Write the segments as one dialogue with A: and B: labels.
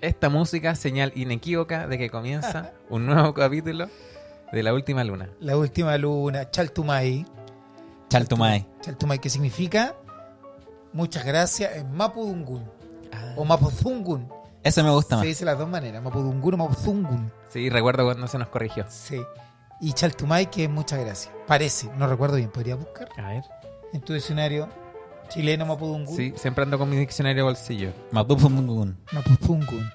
A: Esta música, señal inequívoca de que comienza un nuevo capítulo de La Última Luna.
B: La última luna, Chaltumay.
A: Chaltumay.
B: Chaltumay, que significa muchas gracias en Mapudungun
A: Ah.
B: o Mapuzungun.
C: Ese me gusta
B: Se
C: más.
B: dice las dos maneras, Mapudungun o Mapuzungun.
A: Sí, recuerdo cuando se nos corrigió.
B: Sí. Y Chaltumay, que es muchas gracias. Parece, no recuerdo bien, podría buscar
A: A ver.
B: en tu diccionario chileno Mapudungun.
A: Sí, siempre ando con mi diccionario de bolsillo.
C: Mapudungun.
B: Mapuzungun.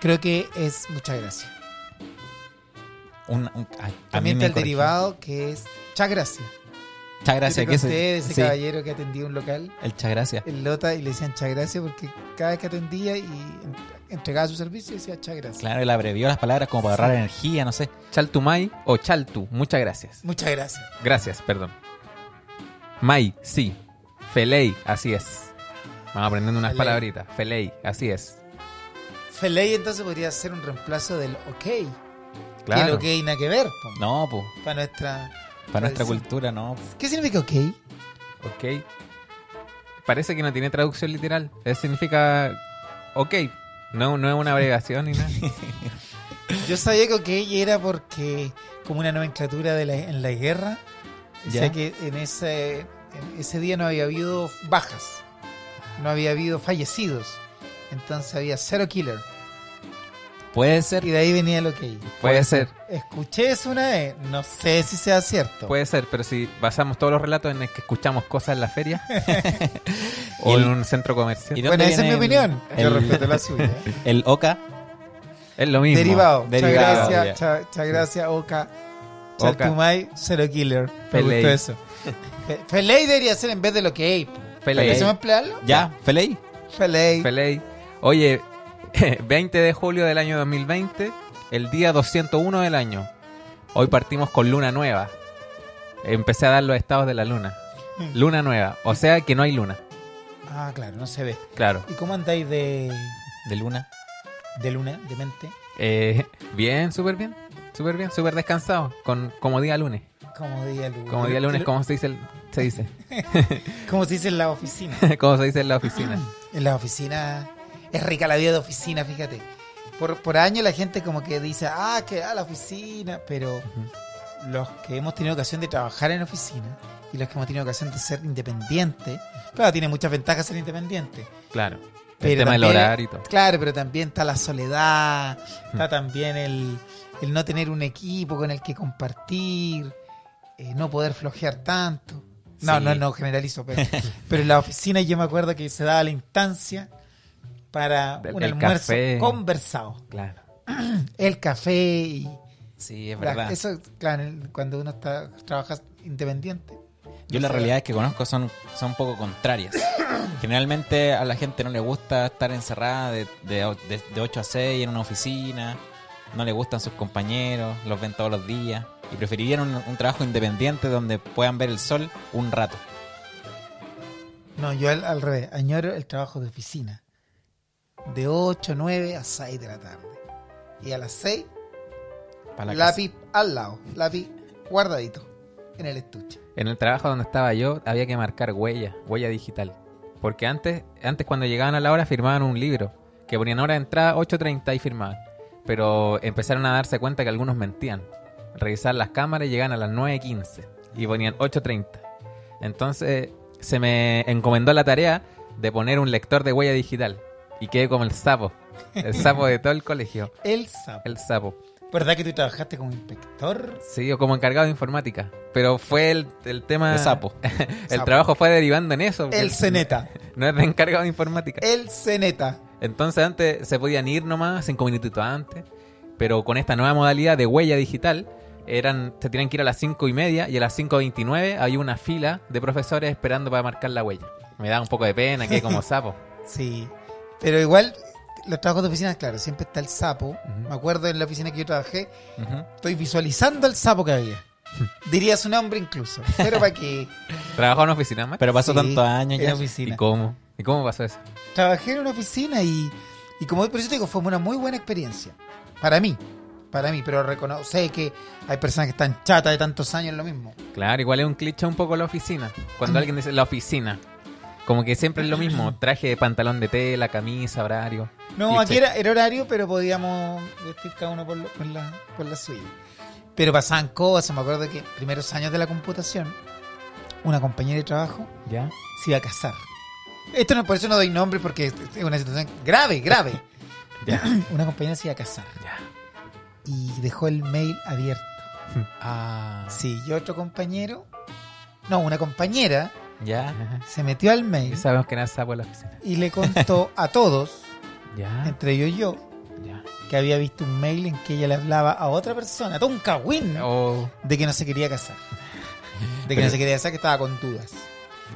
B: Creo que es muchas gracias.
C: Un- un- a- a mí
B: También está
C: me
B: el
C: corrigió.
B: derivado que es Chagracia.
C: Muchas gracias. que
B: Yo te
C: ese-
B: conté de ese
C: sí,
B: caballero que atendía un local
C: el Chagracia.
B: en Lota y le decían Chagracia porque cada vez que atendía y en- entregaba su servicio decía Chagracia.
C: Claro, él abrevió las palabras como para ahorrar energía, no sé.
A: Chaltumay o Chaltu, muchas gracias.
B: Muchas gracias.
A: Gracias, perdón. May, sí. Feley, así es. Vamos aprendiendo unas
B: Feley.
A: palabritas. Feley, así es.
B: Feley entonces podría ser un reemplazo del OK.
A: Claro.
B: Que el OK nada que ver. po,
C: No, pues.
B: Para nuestra...
C: Para nuestra
B: Pues-
C: cultura, no. po.
B: ¿Qué significa OK?
A: Ok. Parece que no tiene traducción literal. Eh, significa ok. No, no es una abreviación ni nada.
B: Yo sabía que OK era porque como una nomenclatura de la, en la guerra.
C: Ya.
B: O sea que en ese, en ese día no había habido bajas. No había habido fallecidos. Entonces había cero killer.
C: Puede ser.
B: Y de ahí venía el OK.
A: Puede ser,
B: Escuché eso una vez. No sé si sea cierto.
A: puede ser, pero si basamos todos los relatos en el que escuchamos cosas en la feria o
C: Y-
A: en un centro comercial,
C: ¿Y
B: bueno,
C: dónde
B: esa es mi
C: viene el-
B: opinión. Yo
C: el-
B: respeto la suya.
C: El Oca.
A: es lo mismo.
B: Derivado. Muchas
C: Derivado, ya.
B: gracias, cha- muchas gracias, Oka.
A: Oka.
B: Chaltumay, Zero Killer. Me
A: Feley.
B: gustó eso. Fe- Feley debería ser en vez de lo que hay.
A: Feley.
B: ¿Empezamos a emplearlo?
C: Ya, Feley.
B: Feley.
A: Feley. Oye, 20 de julio del año 2020, el día 201 del año. Hoy partimos con luna nueva. Empecé a dar los estados de la luna.
C: Mm.
A: Luna nueva, o sea que no hay luna.
B: Ah, claro, no se ve.
A: Claro,
B: ¿Y cómo andáis de,
C: De Luna.
B: de luna, de mente?
A: Eh, bien, súper bien, súper bien, súper descansado, con como día lunes,
B: Como día lunes.
A: como día lunes, como se dice, el- se dice,
B: Como se dice en la oficina.
A: como se dice en la oficina.
B: En la oficina. Es rica la vida de oficina, fíjate. Por, por año la gente como que dice, ah, que a la oficina, pero los que hemos tenido ocasión de trabajar en oficina y los que hemos tenido ocasión de ser independientes, claro, tiene muchas ventajas ser independiente.
A: Claro, el
B: Pero
A: tema del
B: también-
A: horario y todo. Hmm.
B: Claro, pero también está la soledad, está también el, el no tener un equipo con el que compartir, eh, no poder flojear tanto. No,
A: Sí.
B: no, no, generalizo, pero, pero en la oficina yo me acuerdo que se daba la instancia para
A: Del-
B: un
A: del
B: almuerzo
A: café.
B: conversado.
A: Claro,
B: El café y
C: Sí, es
B: la-
C: verdad.
B: eso, claro, el- cuando uno está trabaja independiente.
C: Yo las realidades que conozco son, son un poco contrarias. Generalmente a la gente no le gusta estar encerrada de, de, de- de 8 a 6 en una oficina, no le gustan sus compañeros, los ven todos los días y preferirían un, un trabajo independiente donde puedan ver el sol un rato.
B: No, yo al, al revés, añoro el trabajo de oficina. De 8, 9 a 6 de la tarde. Y a las 6
C: Para la casa.
B: lápiz al lado, lápiz guardadito en el estuche.
A: en el trabajo donde estaba yo había que marcar huella, huella digital, porque antes, antes cuando llegaban a la hora firmaban un libro que ponían hora de entrada 8:30 y firmaban, pero empezaron a darse cuenta que algunos mentían, revisaban las cámaras y llegaban a las 9.15 y ponían 8.30. Entonces se me encomendó la tarea de poner un lector de huella digital y quedé como el sapo, el sapo de todo el colegio,
B: El sapo.
A: el sapo.
B: ¿Verdad que tú trabajaste como inspector?
A: Sí, o como encargado de informática, pero fue el, el tema...
C: De sapo.
A: El
B: Sapo.
A: trabajo fue derivando en eso. porque
B: El Eh. ceneta.
A: No es de encargado de informática.
B: El ceneta.
A: Entonces antes se podían ir nomás, cinco minutitos antes, pero con esta nueva modalidad de huella digital, eran, se tenían que ir a las cinco y media y a las 5.29 había una fila de profesores esperando para marcar la huella. Me da un poco de pena, que como sapo.
B: Sí. Pero igual, los trabajos de oficina, claro, siempre está el sapo. Me acuerdo en la oficina que yo trabajé,
C: Ujú.
B: estoy visualizando el sapo que había. Diría su nombre incluso. Pero para que.
A: Trabajaba en oficina más.
C: Pero pasó
B: Sí,
C: tantos años
B: En
C: ya.
A: ¿Y
B: oficina.
A: cómo? ¿Y cómo pasó eso?
B: Trabajé en una oficina y, y como por eso te digo, fue una muy buena experiencia. Para mí. Para mí, pero reconozco sé que hay personas que están chatas de tantos años en lo mismo.
A: Claro, igual es un cliché un poco la oficina. Cuando alguien dice la oficina. Como que siempre es lo mismo, traje, pantalón de tela, camisa, horario.
B: No,
A: Cliché.
B: aquí era, era horario, pero podíamos vestir cada uno por, lo- por la, por la suya. Pero pasaban cosas, me acuerdo que primeros años de la computación, una compañera de trabajo
A: ¿Ya?
B: se iba a casar. Esto no, por eso no doy nombre porque es una situación grave, grave.
A: Ya.
B: Una compañera se iba a casar
A: Ya.
B: y dejó el mail abierto.
C: Ah,
B: Sí, y otro compañero, no, una compañera Ah,
C: ya.
B: se metió al
A: Ya
B: mail
A: sabemos que nada sabe por la oficina.
B: y le contó a todos,
A: Ya,
B: entre ellos yo,
A: ya.
B: que había visto un mail en que ella le hablaba a otra persona, todo un cagüín,
A: Oh,
B: de que no se quería casar. De que
A: Pero-
B: no se quería casar, que estaba con dudas.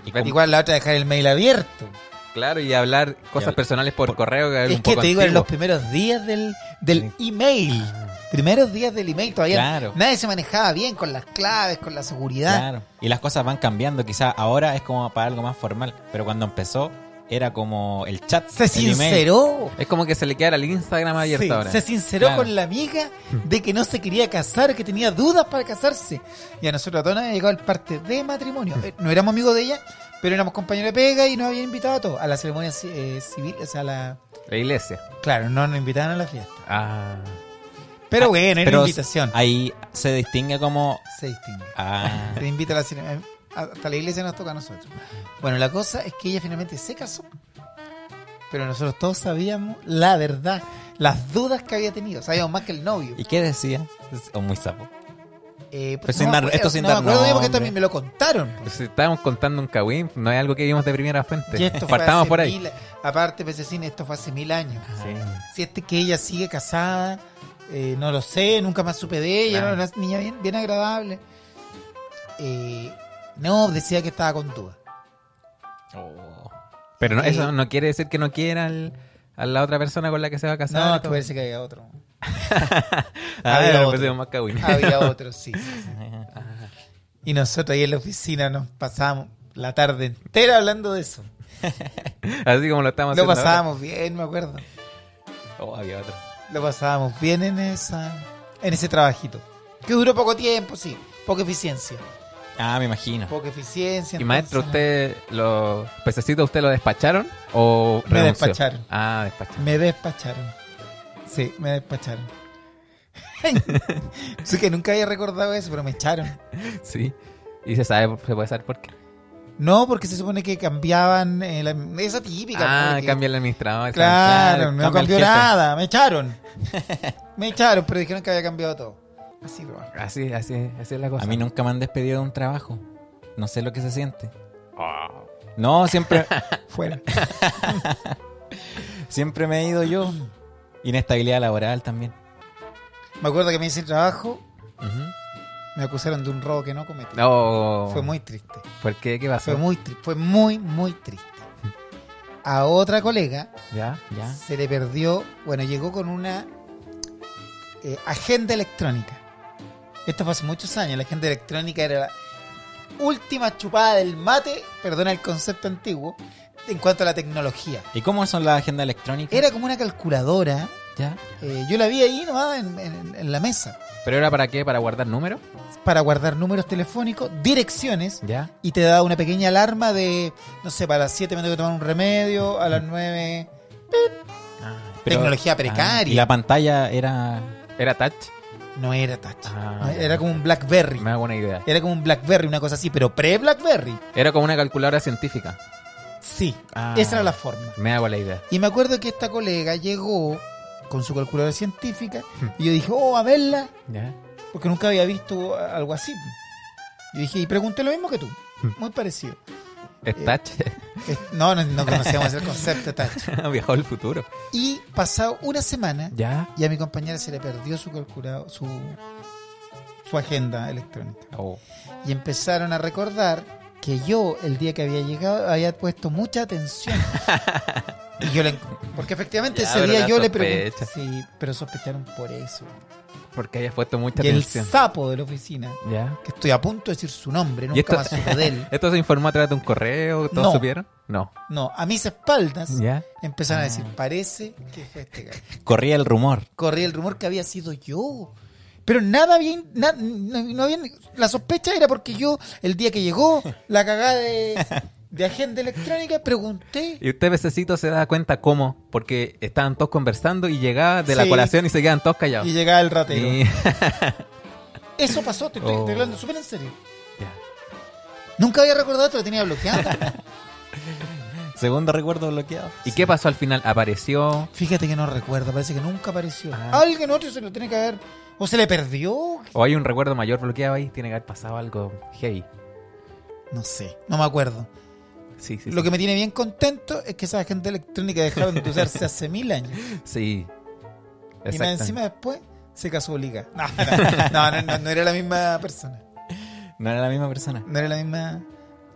C: Y como-
B: Igual la otra dejar el mail abierto.
A: claro, y hablar cosas
C: Y habl-
A: personales por, correo. Que es
B: es
A: un
B: que
A: poco
B: te digo, en
A: antiguo.
B: los primeros días del, del email.
A: Ah,
B: Primeros días del email todavía
C: Claro.
B: nadie se manejaba bien con las claves, con la seguridad.
C: Claro. Y las cosas van cambiando. Quizás ahora es como para algo más formal. Pero cuando empezó, era como el chat.
B: Se
C: el email.
B: sinceró.
A: Es como que se le queda el Instagram abierto
B: Sí,
A: ahora.
B: se sinceró
C: Claro. Mm.
B: con la amiga de que no se quería casar, que tenía dudas para casarse. Y a nosotros a todos nos había llegado el parte de matrimonio.
C: Mm.
B: Eh, No éramos amigos de ella, pero éramos compañeros de pega y nos habían invitado a todos. A la ceremonia ci- eh, civil, o sea, a la...
A: La iglesia.
B: Claro, no nos invitaban a la fiesta.
A: Ah.
B: Pero bueno, era
C: Pero
B: una invitación.
C: Ahí se distingue como.
B: Se distingue.
C: Ah,
B: Se invita a la ceremonia. Hasta la iglesia nos toca a nosotros. Bueno, la cosa es que ella finalmente se casó. Pero nosotros todos sabíamos la verdad, las dudas que había tenido. Sabíamos más que el novio.
C: ¿Y qué decía? Es- O muy sapo.
B: Eh,
C: Pero
B: no
C: sin
B: me
C: dar-
B: acuerdo,
C: esto sin
B: no
C: dar
B: me acuerdo bien porque
C: nombre.
B: esto a mí me lo contaron. pues.
A: Si estábamos contando un cagüín, no es algo que vimos de primera fuente.
B: Y esto fue
A: Partamos
B: hace
A: por ahí.
B: mil- aparte, Pececín, esto fue hace mil años.
A: Sí.
B: Si este que ella sigue casada, eh, no lo sé, nunca más supe de ella,
A: Claro.
B: era una niña bien, bien agradable. Eh, no, decía que estaba con dudas.
C: Oh.
A: Pero no-
B: Sí.
A: eso no quiere decir que no quiera al- a la otra persona con la que se va a casar.
B: No,
A: y
B: que
A: todo.
B: parece que había otro.
A: Ah,
B: había
A: ya,
B: otro. Ah.
A: pues, es más cagüín.
B: Había otro, sí. sí, sí. Y nosotros ahí en la oficina nos pasábamos la tarde entera hablando de eso.
A: Así como lo estamos haciendo.
B: Lo
A: ahora.
B: pasábamos bien, me acuerdo.
C: Oh, había otro.
B: Lo pasábamos bien en esa en ese trabajito. Que duró poco tiempo, sí. Poca eficiencia.
C: Ah, me imagino.
B: Poca eficiencia.
A: Y maestro,
B: entonces,
A: ¿usted los pececitos usted lo despacharon o
B: Me
A: renunció?
B: despacharon.
A: Ah, despacharon.
B: Me despacharon. Sí, me despacharon. sí que nunca había recordado eso, pero me echaron.
A: Sí. Y se sabe, se puede saber por qué.
B: No, porque se supone que cambiaban eh, la- esa típica.
A: Ah,
B: porque-
A: cambia el administrador.
B: Claro,
C: cambia
B: no
C: el
B: cambió
C: jefe.
B: nada, me echaron. Me echaron, pero dijeron que había cambiado todo. Así, bro.
A: Así, así, así es la cosa.
C: A mí nunca me han despedido de un trabajo. No sé lo que se siente. No, siempre,
B: Fuera.
C: siempre me he ido yo. Inestabilidad laboral también.
B: Me acuerdo que me hice el trabajo,
A: Ujú.
B: me acusaron de un robo que no cometí.
A: No.
B: Fue muy triste.
A: ¿Por qué? ¿Qué pasó?
B: Fue muy, tri- fue muy, muy triste. A otra colega
A: ¿Ya?
C: Ya.
B: se le perdió, bueno, llegó con una eh, agenda electrónica. Esto fue hace muchos años. La agenda electrónica era la última chupada del mate, perdona el concepto antiguo, en cuanto a la tecnología.
C: ¿Y cómo son las agendas electrónicas? Ah,
B: Era como una calculadora.
C: Ya.
B: eh, yo la vi ahí nomás en, en- en la mesa.
A: ¿Pero era para qué? ¿Para guardar números?
B: Para guardar números telefónicos, direcciones.
A: ¿Ya?
B: Y te da una pequeña alarma de, no sé, para las 7 me tengo que tomar un remedio, a las 9...
C: Pero-
B: Tecnología
C: Ah,
B: precaria.
C: y la pantalla era.
A: ¿Era touch?
B: No era touch.
A: Ah,
B: No,
A: ya.
B: era como un Blackberry.
A: Me da buena idea.
B: Era como un Blackberry, una cosa así, pero pre-Blackberry.
A: Era como una calculadora científica.
B: Sí,
A: Ah.
B: esa era la forma.
A: Me hago la idea.
B: Y me acuerdo que esta colega llegó con su calculadora científica y yo dije, oh, a verla,
A: ¿Ya?
B: porque nunca había visto a- algo así. Yo dije, y pregunté lo mismo que tú, muy parecido.
A: ¿Es
B: Eh.
A: touch?
B: Es- No, no, no conocíamos el concepto touch.
A: Viajó al futuro.
B: Y pasado una semana,
A: ¿Ya?
B: y a mi compañera se le perdió su calculado, su, su agenda electrónica.
A: Oh.
B: y empezaron a recordar que yo el día que había llegado había puesto mucha atención. y yo le, porque efectivamente
A: Ya,
B: ese
A: pero
B: día
A: la
B: yo le
A: sospecha.
B: pregunté, sí, pero sospecharon por eso.
A: Porque hayas puesto mucha
B: y el
A: atención.
B: sapo de la oficina,
A: ¿Ya?
B: que estoy a punto de decir su nombre, nunca
A: esto-
B: más supe de él.
A: ¿Esto se informó a través de un correo? ¿Todos
B: No.
A: supieron? No.
B: No, a mis espaldas
A: ¿Ya? Ah.
B: empezaron a decir, parece que fue este gallo.
C: Corría el rumor.
B: Corría el rumor que había sido yo. Pero nada bien, na- no, no había, la sospecha era porque yo, el día que llegó, la cagada de, de agenda electrónica, pregunté.
A: Y usted, pececito, se da cuenta cómo, porque estaban todos conversando y llegaba de la
B: Sí.
A: colación y se quedan todos callados.
B: Y llegaba el ratero.
A: Y-
B: Eso pasó, te estoy,
A: Oh.
B: te hablando súper en serio.
A: Ya.
B: Nunca había recordado, te lo tenía bloqueado.
C: Segundo recuerdo bloqueado.
A: ¿Y qué pasó al final? ¿Apareció?
B: Fíjate que no recuerdo, parece que nunca apareció.
A: Ah.
B: Alguien otro se lo tiene que haber. O se le perdió.
A: ¿O hay un recuerdo mayor bloqueado ahí? Tiene que haber pasado algo heavy.
B: No sé, no me acuerdo.
A: Sí, sí.
B: Lo
A: sí.
B: que me tiene bien contento es que esa agenda electrónica dejaron de usarse hace mil años.
A: Sí.
B: Y más
A: Exacto.
B: encima después se casó Liga. No, no, no, no, no era la misma persona.
C: No era la misma persona.
B: No era la misma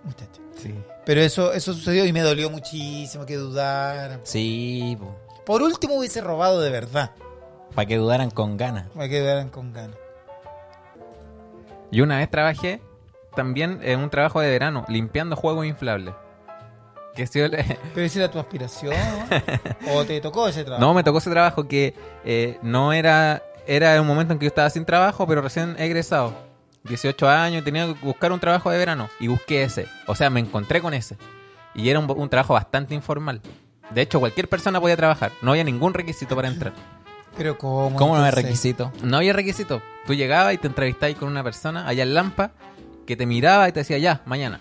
B: muchacha.
A: Sí.
B: Pero eso, eso sucedió y me dolió muchísimo que dudaran.
C: Sí,
B: Por último hubiese robado de verdad.
C: para que dudaran con ganas.
B: Para que dudaran con ganas.
A: Y una vez trabajé también en un trabajo de verano, limpiando juegos inflables. Que si yo le-
B: Pero esa era tu aspiración. ¿no? ¿O te tocó ese trabajo?
A: No, me tocó ese trabajo que eh, no era. Era un momento en que yo estaba sin trabajo, pero recién egresado. 18 años, tenía que buscar un trabajo de verano. Y busqué ese. O sea, me encontré con ese. Y era un, un trabajo bastante informal. De hecho, cualquier persona podía trabajar. No había ningún requisito para entrar.
B: Pero ¿cómo?
C: ¿Cómo no es
B: entonces?
C: requisito?
A: No había requisito. Tú llegabas y te entrevistabas con una persona allá en Lampa que te miraba y te decía, ya, mañana.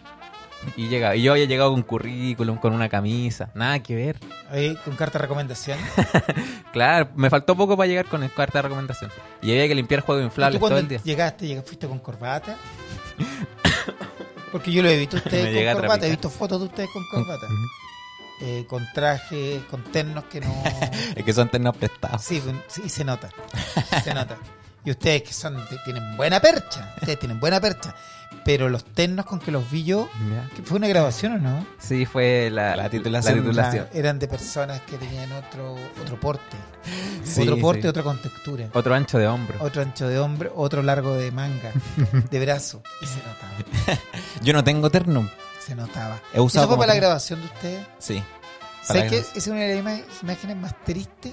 A: Y llegaba. Y yo había llegado con currículum, con una camisa. Nada que ver.
B: Ahí, con carta de recomendación.
A: Claro, me faltó poco para llegar con el carta de recomendación. Y había que limpiar juegos
B: ¿Tú
A: inflables todo
B: cuando
A: el día.
B: llegaste, llegaste, fuiste con corbata? Porque yo lo he visto a
A: Me
B: ustedes
A: llega a
B: con corbata,
A: trapicar.
B: he visto fotos de ustedes con corbata.
A: Ujú.
B: Eh, con trajes, con ternos que no...
C: Es que son ternos prestados.
B: Sí, con- sí, se nota, se nota. Y ustedes que son, t- tienen buena percha, ustedes tienen buena percha. Pero los ternos con que los vi yo,
A: Ya.
B: que ¿fue una grabación o no?
A: Sí, fue la,
C: La titulación.
A: titulación.
B: Ah, eran de personas que tenían otro otro porte,
A: Sí,
B: otro porte,
A: sí.
B: otra contextura.
A: Otro ancho de hombro.
B: Otro ancho de hombro, otro largo de manga, de brazo. Y se notaba,
C: Yo no tengo terno.
B: se notaba.
C: He usado
B: ¿Eso fue
C: como
B: para la
C: terno.
B: grabación de ustedes?
C: Sí.
B: ¿Sabes
C: la
B: que
C: grabación.
B: es una de las ima- imágenes más tristes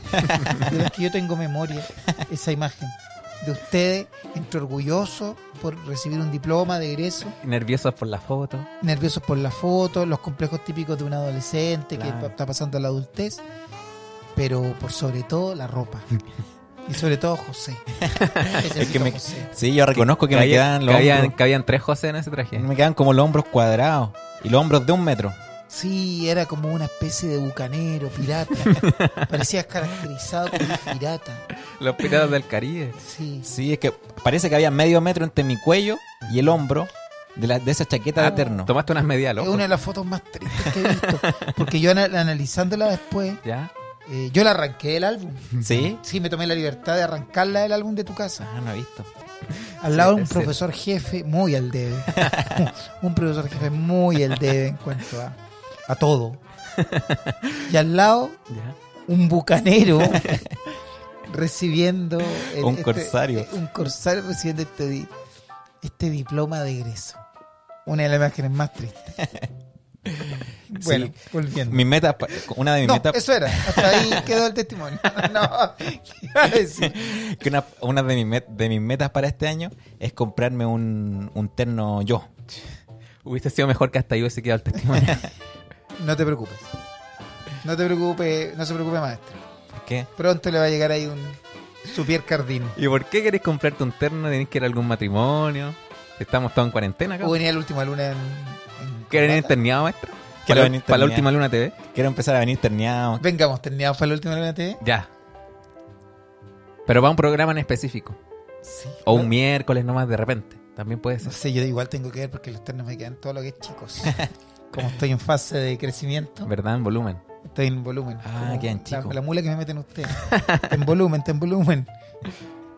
B: de las que yo tengo memoria? Esa imagen de ustedes, entre orgullosos por recibir un diploma de egreso,
A: Nerviosos por la foto.
B: nerviosos por la foto, los complejos típicos de un adolescente
A: Claro.
B: que pa- está pasando a la adultez, pero por sobre todo la ropa. Y sobre todo José.
C: Es que me-
B: José.
C: Sí, yo reconozco que me
A: Cabía-
C: quedan los
A: cabían,
C: hombros. Mm.
A: cabían tres José en ese traje.
C: Me quedan como los hombros cuadrados. Y los hombros de un metro.
B: Sí, era como una especie de bucanero, pirata. Parecías caracterizado como un pirata.
A: Los piratas del Caribe.
B: Sí.
C: Sí, es que parece que había medio metro entre mi cuello y el hombro de, la, de esa chaqueta de terno.
A: Tomaste unas medias, loco.
B: Es una de las fotos más tristes que he visto. Porque yo ana- analizándola después,
A: Ya.
B: eh, yo la arranqué del álbum.
C: ¿Sí?
B: Sí, me tomé la libertad de arrancarla del álbum de tu casa.
C: Ah, no he visto.
B: Al
A: Sí,
B: lado de un
A: es cierto.
B: profesor jefe muy al debe. un profesor jefe muy al debe en cuanto a, a todo. Y al lado,
A: Ya.
B: un bucanero recibiendo. el- este, eh,
C: Un corsario.
B: Un corsario recibiendo este, di- este diploma de egreso. Una de las imágenes más tristes. Bueno, volviendo.
C: Mi meta, pa- una de mis
B: No,
C: metas,
B: eso era. Hasta ahí quedó el testimonio. No, ¿qué iba a decir?
C: que una, una de, mis met- de mis metas para este año es comprarme un, un terno yo.
A: Hubiese sido mejor que hasta yo hubiese quedado el testimonio.
B: No te preocupes. No te preocupes, no se preocupe, maestro.
C: ¿Por qué?
B: Pronto le va a llegar ahí un su Pierre Cardín.
A: ¿Y por qué querés comprarte un terno? ¿Tenés que ir a algún matrimonio? Estamos todos en cuarentena acá.
B: O venía la última luna en. en
A: ¿Quieren ir
B: corbata.
A: terneado, maestro?
C: Quiero
A: Para,
C: venir
A: para la
C: terneado.
A: última luna TV.
C: Quiero empezar a venir terneado.
B: Vengamos, terminados para la última luna TV.
A: Ya. Pero va a un programa en específico.
B: Sí.
A: O
B: No-
A: un miércoles nomás de repente. También puede
B: No
A: ser.
B: sé, yo igual tengo que ver porque los ternos me quedan todo lo que es chicos. Como estoy en fase de crecimiento,
A: ¿Verdad? En volumen.
B: estoy en volumen.
C: Ah,
B: Como
C: quedan
B: la-
C: chicos.
B: La, mula que me meten ustedes. en volumen, en volumen.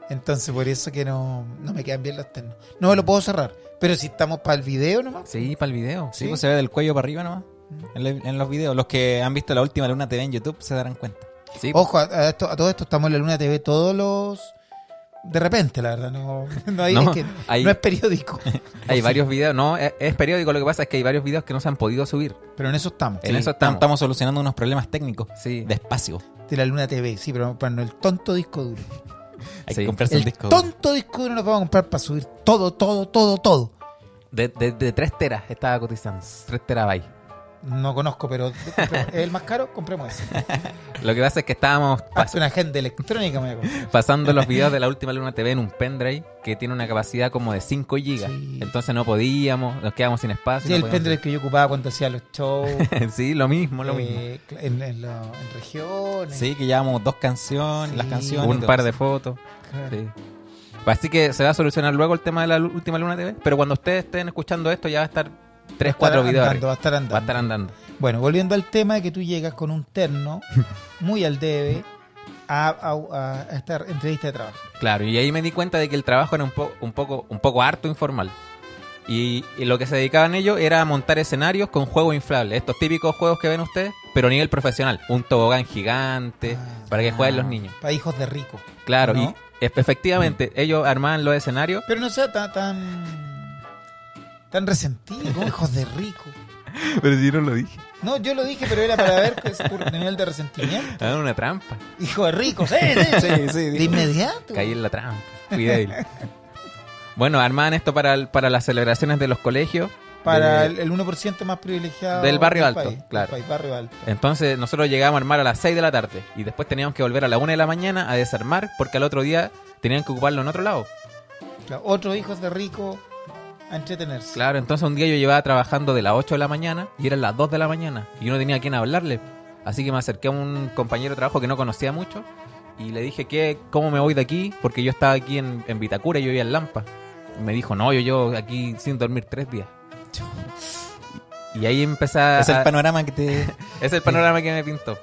B: Entonces, por eso que no, no me quedan bien los ternos. No me lo puedo cerrar. Pero si estamos para el video nomás.
A: Sí, para el video.
C: Sí, Mm.
B: Sí.
C: pues se ve del cuello para arriba nomás. En, lo- en los videos. Los que han visto la última luna TV en YouTube se darán cuenta.
A: Sí.
B: Ojo, a, a esto, a todo esto estamos en la Luna TV todos los. De repente, la verdad. No, no, hay,
A: No,
B: es que
A: hay-
B: no es periódico.
A: hay varios videos. No, es, es periódico. Lo que pasa es que hay varios videos que no se han podido subir.
B: Pero en eso estamos.
A: En eso
C: estamos.
A: estamos.
C: estamos solucionando unos problemas técnicos
A: Sí.
C: de espacio.
B: De la Luna TV, sí, pero para el tonto disco duro.
C: Hay
A: Sí.
C: que comprarse el,
B: El
C: disco. duro.
B: tonto disco duro nos vamos a comprar para subir todo, todo, todo, todo.
A: De, de, de 3 teras estaba cotizando. 3 terabytes.
B: no conozco, pero compremos- es el más caro, compremos ese.
A: Lo que pasa es que estábamos pas-
B: Hazte una agenda electrónica, me voy a comprar.
A: pasando los videos de la última luna TV en un pendrive que tiene una capacidad como de 5 gigas.
B: Sí.
A: Entonces no podíamos, nos quedamos sin espacio.
B: Sí,
A: no
B: el
A: podíamos-
B: pendrive que yo ocupaba cuando hacía los shows
A: sí, lo mismo, lo mismo.
B: eh, cl- en, en lo- en regiones.
C: Sí, que llevamos dos canciones, las
B: Sí.
C: canciones.
A: Un
C: y
A: par
C: todo.
A: de fotos.
B: Claro.
A: Sí. Pues Así que se va a solucionar luego el tema de la lu- última luna TV. Pero cuando ustedes estén escuchando esto, ya va a estar 3, 4
B: Estar
A: videos.
B: andando,
A: arriba.
B: va a estar andando.
A: Va a estar andando.
B: Bueno, volviendo al tema de que tú llegas con un terno muy al debe a, a- a esta entrevista de trabajo.
A: Claro, y ahí me di cuenta de que el trabajo era un, po- un poco un poco harto informal. Y, y lo que se dedicaban ellos era a montar escenarios con juegos inflables, estos típicos juegos que ven ustedes, pero a nivel profesional. Un tobogán gigante
B: Ah,
A: para que jueguen
C: ah.
A: los niños.
B: Para hijos de rico.
A: Claro,
B: ¿No?
A: y e- efectivamente ellos armaban los escenarios.
B: Pero no sea tan tan, tan resentido, como hijos de rico.
A: Pero si no lo dije.
B: No, yo lo dije, pero era para ver que es tu nivel de resentimiento.
A: Era Ah, una trampa.
B: Hijo de rico, sí, sí, sí.
C: Sí, sí,
B: De
C: dijo.
B: inmediato.
A: Caí en la trampa. Fui débil. bueno, armaban esto para, el- para las celebraciones de los colegios.
B: Para
A: de-
B: el, el 1% más privilegiado
A: Del barrio alto,
B: país, del
A: claro.
B: país, barrio alto.
A: Entonces nosotros llegábamos a armar a las 6 de la tarde y después teníamos que volver a la 1 de la mañana a desarmar porque al otro día tenían que ocuparlo en otro lado.
B: Claro, Otros hijos de rico a entretenerse.
A: Claro, entonces un día yo llevaba trabajando de las 8 de la mañana y eran las 2 de la mañana y yo no tenía a quién hablarle. Así que me acerqué a un compañero de trabajo que no conocía mucho y le dije que cómo me voy de aquí porque yo estaba aquí en, en Vitacura y yo vivía en Lampa. Y me dijo, no, yo llevo aquí sin dormir tres días. Y ahí empecé a...
C: Es el
A: a-
C: panorama que te.
A: Es el panorama que me pintó.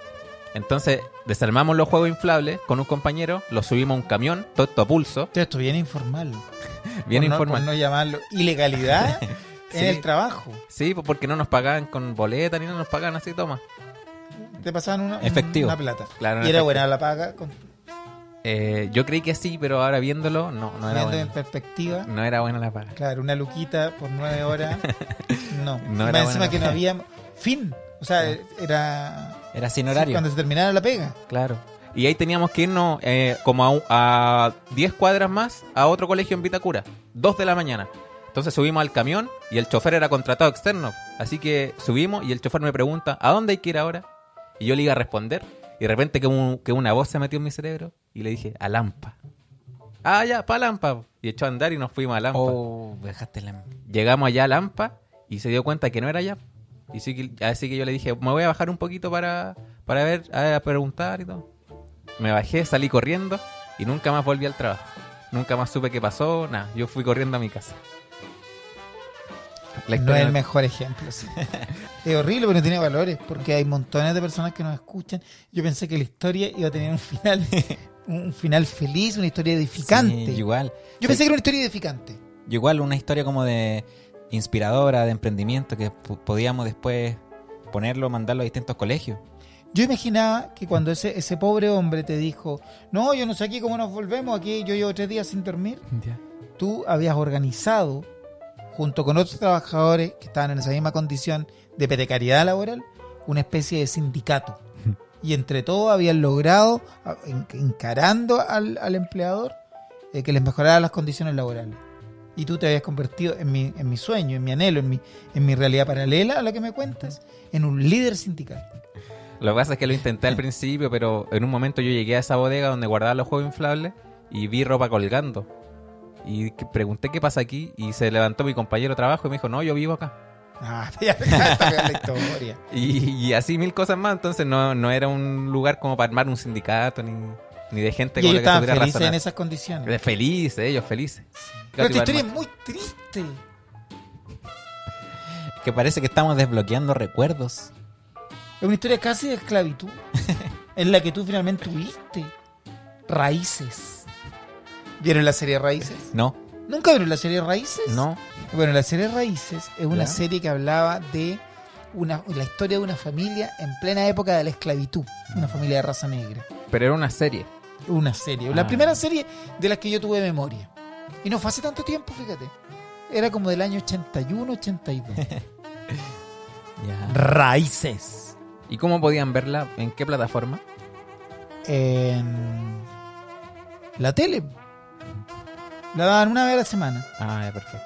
A: Entonces, desarmamos los juegos inflables con un compañero, los subimos a un camión, todo esto a pulso,
B: Esto bien informal.
A: bien
B: por no-
A: informal.
B: por no llamarlo ilegalidad en
A: Sí.
B: el trabajo.
A: Sí, po- porque no nos pagaban con boleta ni no nos pagaban así, toma.
B: Te pasaban una,
C: Efectivo.
B: una plata.
A: Claro, en
B: y era
A: efectivo.
B: buena la paga, con,
A: Eh, yo creí que sí, pero ahora viéndolo, no, no era
B: viendo en
A: buena.
B: perspectiva.
A: No era buena la paga.
B: Claro, una luquita por nueve horas. No.
A: No
B: Y
A: era
B: más
A: buena
B: encima
A: la
B: que no
A: paga.
B: había fin. O sea, era
C: Era sin
B: sí,
C: horario.
B: cuando se terminara la pega.
A: Claro. Y ahí teníamos que irnos eh, como a un- a 10 cuadras más a otro colegio en Vitacura, 2 de la mañana. Entonces subimos al camión y el chofer era contratado externo. Así que subimos y el chofer me pregunta, ¿a dónde hay que ir ahora? Y yo le iba a responder. Y de repente que, un- que una voz se metió en mi cerebro y le dije, a Lampa. Ah, ya, pa' Lampa. Y echó a andar y nos fuimos a Lampa.
C: Oh, dejaste la.
A: Llegamos allá a Lampa y se dio cuenta que no era allá. Y sí que- así que yo le dije, me voy a bajar un poquito para, para ver, a preguntar y todo. Me bajé, salí corriendo y nunca más volví al trabajo. Nunca más supe qué pasó, nada. Yo fui corriendo a mi casa. La
B: no es
A: historia
B: el
A: no-
B: mejor ejemplo. sí. es horrible, pero tiene valores. Porque hay montones de personas que nos escuchan. Yo pensé que la historia iba a tener un final. Un final feliz, una historia edificante.
C: Sí, igual.
B: Yo pensé que era una historia edificante.
C: Y Igual una historia como de inspiradora, de emprendimiento, que po- podíamos después ponerlo, mandarlo a distintos colegios.
B: Yo imaginaba que cuando ese, ese pobre hombre te dijo, no, yo no sé aquí cómo nos volvemos, aquí yo llevo tres días sin dormir, tú habías organizado, junto con otros trabajadores que estaban en esa misma condición de precariedad laboral, una especie de sindicato. Y entre todos habían logrado, a- en- encarando al, al empleador, eh, que les mejorara las condiciones laborales. Y tú te habías convertido en mi, en mi sueño, en mi anhelo, en mi, en mi realidad paralela a la que me cuentas, en un líder sindical.
A: Lo que pasa es que lo intenté al principio, pero en un momento yo llegué a esa bodega donde guardaba los juegos inflables y vi ropa colgando. Y que- pregunté qué pasa aquí y se levantó mi compañero de trabajo y me dijo, no, yo vivo acá.
B: Ah, ya está la historia.
A: Y, y así mil cosas más, entonces no, no era un lugar como para armar un sindicato ni, ni de gente
B: Y
A: con la que
B: ellos
A: se
B: estaban
A: pudiera
B: felices
A: razonar.
B: en esas condiciones.
A: Eh, Felices, ellos felices.
B: Pero
A: Claro,
B: tu
A: iba a
B: historia es
A: armar-
B: muy triste.
C: Que parece que estamos desbloqueando recuerdos.
B: Es una historia casi de esclavitud. en la que tú finalmente tuviste raíces. ¿Vieron la serie Raíces?
C: No,
B: ¿Nunca vieron la serie Raíces?
C: no.
B: Bueno, la serie Raíces es una
C: Ya.
B: serie que hablaba de una, la historia de una familia en plena época de la esclavitud. Una familia de raza negra.
A: Pero era una serie.
B: Una serie. La
C: Ah.
B: primera serie de las que yo tuve memoria. Y no fue hace tanto tiempo, fíjate. Era como del año 81, 82.
C: Ya.
B: Raíces.
A: ¿Y cómo podían verla? ¿En qué plataforma?
B: En la tele. La daban una vez a la semana.
A: Ah, ya, perfecto.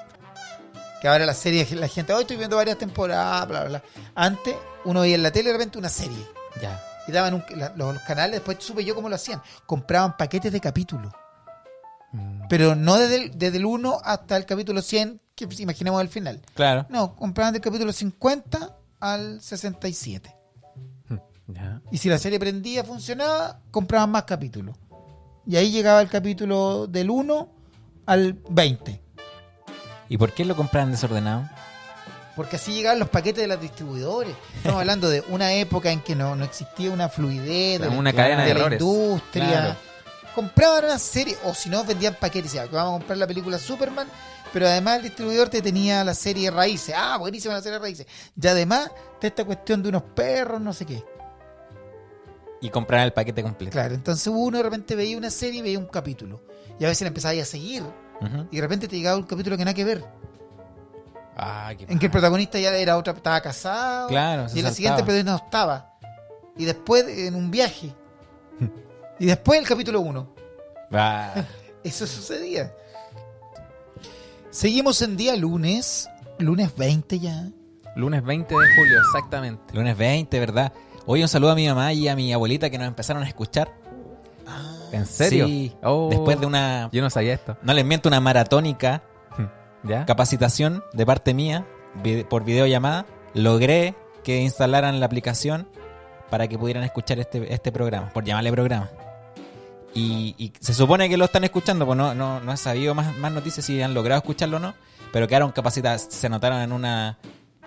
B: Que ahora las series, la gente, hoy estoy viendo varias temporadas, bla, bla. bla". Antes, uno veía en la tele de repente una serie.
C: Ya.
B: Y daban un- la- los, los canales, después supe yo cómo lo hacían. Compraban paquetes de capítulos. Pero no desde el, desde el 1 hasta el capítulo 100, que pues, imaginemos el final.
C: Claro.
B: No, compraban del capítulo 50 al 67.
A: Ya.
B: Y si la serie prendía, funcionaba, compraban más capítulos. Y ahí llegaba el capítulo del 1 al 20.
C: ¿Y por qué lo compraban desordenado?
B: Porque así llegaban los paquetes de los distribuidores. Estamos hablando de una época en que no, no existía una fluidez de, la-
A: Una cadena de
B: de la
A: errores.
B: industria.
C: Claro.
B: Compraban una serie, o si no, vendían paquetes. Decían, "Aquí vamos a comprar la película Superman, pero además el distribuidor te tenía la serie Raíces. Ah, buenísima la serie Raíces. Y además, de esta cuestión de unos perros, no sé qué.
C: Y compraban el paquete completo.
B: Claro, entonces uno de repente veía una serie y veía un capítulo. Y a veces la empezaba a seguir.
C: Ujú.
B: Y de repente te llegaba un capítulo que nada que ver.
C: Ah, qué
B: En que
C: mal.
B: el protagonista ya era otra, estaba casado.
C: Claro, se
B: Y en la
C: saltaba.
B: siguiente el protagonista no estaba. Y después en un viaje. y después el capítulo 1.
C: Ah,
B: Eso sucedía. Seguimos en día lunes. Lunes 20 ya.
A: Lunes 20 de julio, exactamente.
C: lunes 20, ¿verdad? Hoy un saludo a mi mamá y a mi abuelita que nos empezaron a escuchar.
A: ¿En serio?
C: Sí.
A: Ah, Oh,
C: Después de una,
A: Yo no sabía esto.
C: no les miento, una maratónica
A: ¿Ya?
C: capacitación de parte mía vide- por videollamada, logré que instalaran la aplicación para que pudieran escuchar este, este programa, por llamarle programa. Y, y se supone que lo están escuchando, pues no, no, no he sabido más, más noticias si han logrado escucharlo o no, pero quedaron capacitadas, se anotaron en una,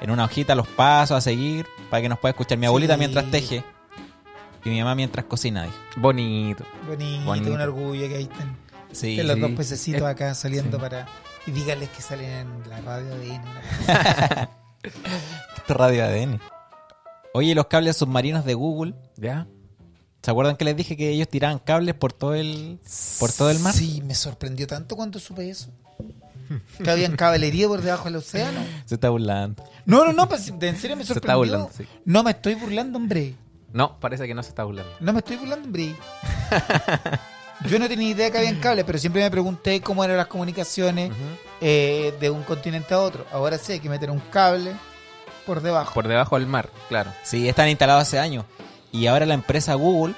C: en una hojita los pasos a seguir para que nos pueda escuchar mi abuelita
B: Sí.
C: mientras teje y mi mamá mientras cocina. dijo.
A: Bonito.
B: Bonito,
C: Bonito.
B: un orgullo que ahí están.
C: Sí,
B: Están los
A: sí.
B: dos pececitos
A: Es-
B: acá saliendo
A: sí.
B: para. Y díganles que salen en la radio de
C: esto es radio ADN. Oye, los cables submarinos de Google
A: ¿Ya?
C: ¿Se acuerdan que les dije que ellos tiraban cables por todo el por todo el mar?
B: Sí, me sorprendió tanto cuando supe eso. Que habían caballería por debajo del océano.
C: Se está burlando.
B: No, no, no, pues, en serio me
A: Se
B: sorprendió.
A: está burlando, sí.
B: No me estoy burlando, hombre.
A: No, parece que no se está burlando.
B: No me estoy burlando, hombre. Yo no tenía idea que habían cables, pero siempre me pregunté cómo eran las comunicaciones eh, de un continente a otro. Ahora sí, hay que meter un cable por debajo.
A: Por debajo del mar, claro.
C: Sí, están instalados hace años. Y ahora la empresa Google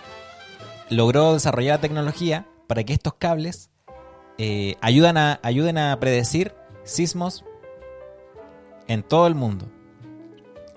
C: logró desarrollar la tecnología para que estos cables eh, ayudan a, ayuden a predecir sismos en todo el mundo.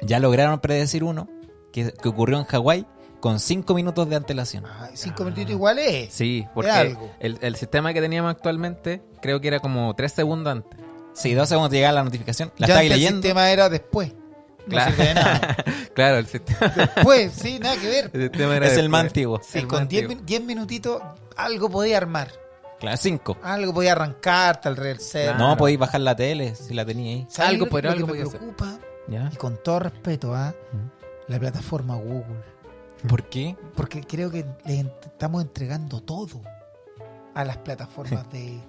C: Ya lograron predecir uno que, que ocurrió en Hawái con 5 minutos de antelación.
B: Ay,
A: Ah.
B: cinco minutitos iguales.
A: Sí,
B: Era
A: porque
B: algo.
A: el, el sistema que teníamos actualmente creo que era como tres segundos antes.
C: Sí, dos segundos llegaba la notificación. La
B: ya
C: estáis
B: antes
C: leyendo.
B: el sistema era después. No
A: Claro.
B: sirve de nada.
A: Claro, el sistema,
B: Después, sí, nada que ver.
A: el sistema era
C: Es el
A: después.
C: más antiguo.
B: Sí,
A: El
B: con
A: más
B: 10
A: antiguo.
B: min- 10 minutitos algo podía armar.
C: Claro, 5.
B: Algo podía arrancar, tal reverser.
A: Claro.
C: No, podéis bajar la tele si la teníais.
B: ¿Sabes
A: Algo
B: lo-
A: podría-
B: lo que
A: algo
B: me
A: podía hacer.
B: preocupa,
A: ¿Ya?
B: y con todo respeto a
A: Ujú.
B: la plataforma Google,
C: ¿Por qué?
B: porque creo que le en- estamos entregando todo a las plataformas de,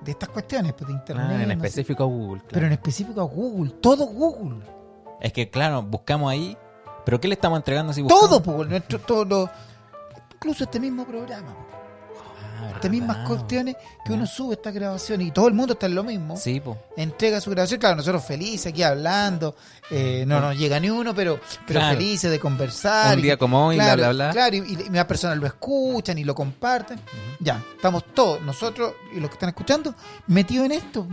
B: de estas cuestiones, pues, de internet.
A: Ah, en
B: no sé.
A: específico Google,
B: Pero
A: claro.
B: en específico a Google, todo Google,
C: Es que, claro, buscamos ahí. ¿Pero qué le estamos entregando si buscamos?
B: todo, pues, nuestro, todo lo- incluso este mismo programa, pues,
C: Ah,
B: estas
C: ¿verdad?
B: mismas cuestiones
A: pues.
B: que uno
C: Ah.
B: sube estas grabaciones y todo el mundo está en lo mismo.
C: Sí, po.
B: entrega su grabación. Claro, nosotros felices aquí hablando. eh, no nos llega ni uno, pero, pero
C: Claro.
B: felices de conversar.
A: Un día como hoy,
B: claro,
A: bla, bla, bla.
B: Claro, y, y las personas lo escuchan y lo comparten. Ya, estamos todos, nosotros y los que están escuchando, metidos en esto.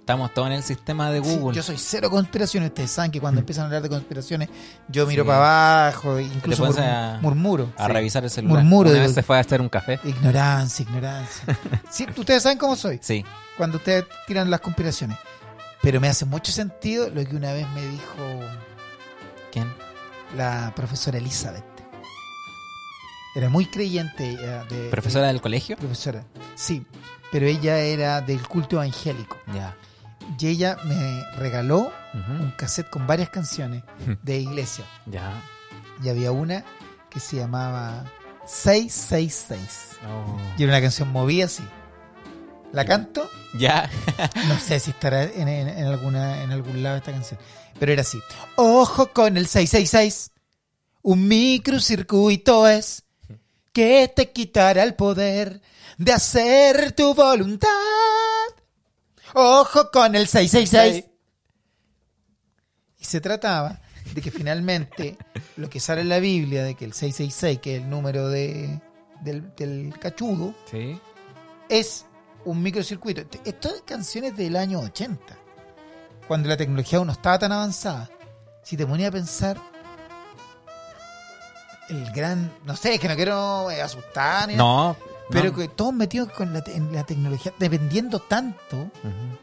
C: Estamos todos en el sistema de
B: Sí,
C: Google.
B: yo soy cero conspiraciones. Ustedes saben que cuando empiezan a hablar de conspiraciones, yo miro para abajo, e incluso
C: pones
B: murmu-
C: a-
B: murmuro.
C: a
B: Sí.
C: revisar el celular.
B: Murmuro.
A: Una
B: digo,
A: vez se fue a hacer un café.
B: Ignorancia, ignorancia. sí, ustedes saben cómo soy.
C: Sí.
B: cuando ustedes tiran las conspiraciones. Pero me hace mucho sentido lo que una vez me dijo
C: ¿Quién?
B: la profesora Elizabeth. Era muy creyente ella de
C: ¿Profesora del colegio?
B: de- profesora. Sí, pero ella era del culto evangélico.
C: Ya.
B: Y ella me regaló
A: Ujú.
B: un cassette con varias canciones de iglesia.
A: Ya.
B: Y había una que se llamaba 666.
A: Oh.
B: Y era una canción movida así. La canto
C: Ya.
B: No sé si estará en, en- en alguna, en algún lado esta canción. Pero era así. Ojo con el 666. Un microcircuito es que te quitará el poder de hacer tu voluntad. Ojo con el 666. Y se trataba de que finalmente lo que sale en la Biblia, de que el 666, que es el número de, del, del cachudo,
A: Sí.
B: es un microcircuito. Te- Esto es canciones del año 80, cuando la tecnología aún no estaba tan avanzada. Si te ponía a pensar, el gran. No sé, es que no quiero eh, asustar, ni nada,
C: No,
B: pero
C: no.
B: que todos metidos con la te- en la tecnología, dependiendo tanto,
C: Ujú.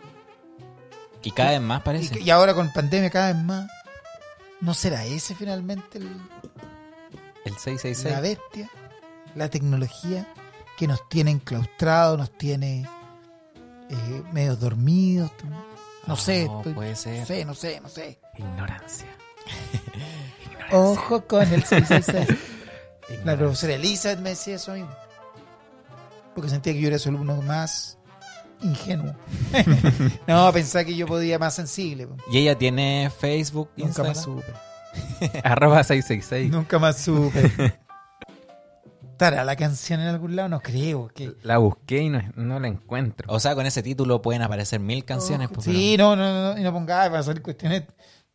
C: Y cada vez más
B: y,
C: parece.
B: que- y ahora con pandemia cada vez más. ¿No será ese finalmente el-
C: El
B: la
C: 666.
B: bestia? La tecnología que nos tiene enclaustrados, nos tiene eh, medio dormidos. también. No sé,
A: Ah,
C: No,
B: estoy-
C: puede ser.
B: no sé, no sé, no sé.
A: Ignorancia. Ignorancia.
B: Ojo con el 666. La
A: Ignorancia.
B: profesora Elizabeth me decía eso mismo. Porque sentía que yo era su alumno más ingenuo. no, pensaba que yo podía más sensible. po.
C: Y ella tiene Facebook,
B: Nunca
C: Instagram.
B: más supe.
A: Arroba 666.
B: Nunca más supe. ¿Estará la canción en algún lado? No creo. Que...
A: La busqué y no, no la encuentro.
C: O sea, con ese título pueden aparecer mil canciones. pues,
B: sí, no, no, no, y no pongáis para salir cuestiones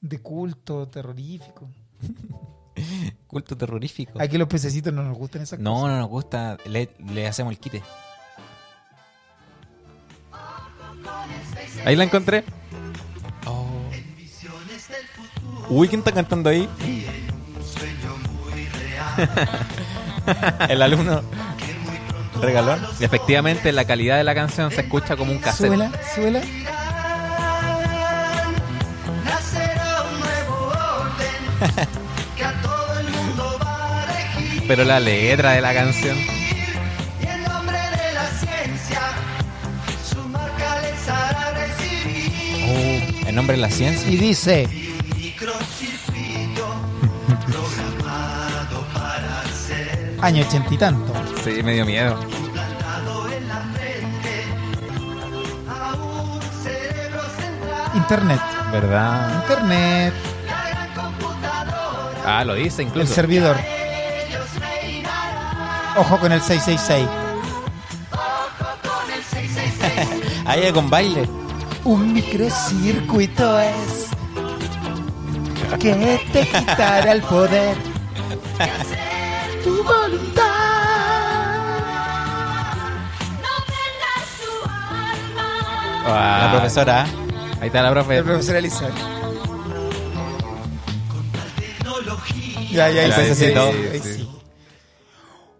B: de culto terrorífico.
C: pero- Culto terrorífico.
B: Aquí los pececitos no nos gustan esas
C: Pues- No,
B: cosas.
C: no nos gusta. Le, le hacemos el quite.
A: Ahí la encontré.
C: Uy, ¿quién está cantando ahí? el alumno. Regalón.
A: Efectivamente, la calidad de la canción se escucha como un cassette.
B: Suela, suela.
D: Nacerá un nuevo orden que a todo el mundo va a regir.
A: Pero la letra de la canción.
D: Y en nombre de la ciencia, su marca les hará recibir.
C: Oh, en nombre de la ciencia.
B: Y dice,
D: Un microcircuito programado para ser
B: año ochenta y tanto.
A: Sí, me dio miedo.
D: plantado en la frente a un cerebro central.
B: Internet.
A: ¿Verdad?
B: Internet.
D: La gran computadora,
A: Ah, lo dice
B: El
A: incluso.
B: servidor.
D: ellos reinarán.
B: Ojo con el 666.
D: Ojo con el 666.
C: Ahí con baile.
B: Un microcircuito es que te quitará el poder. Tu voluntad.
A: Ah,
C: La profesora.
A: Ahí está la profe.
B: El profesor Elizabeth. Ya, ya,
A: El
B: ya, ya,
A: pececito.
B: ya, ya, ahí
A: Sí.
B: sí.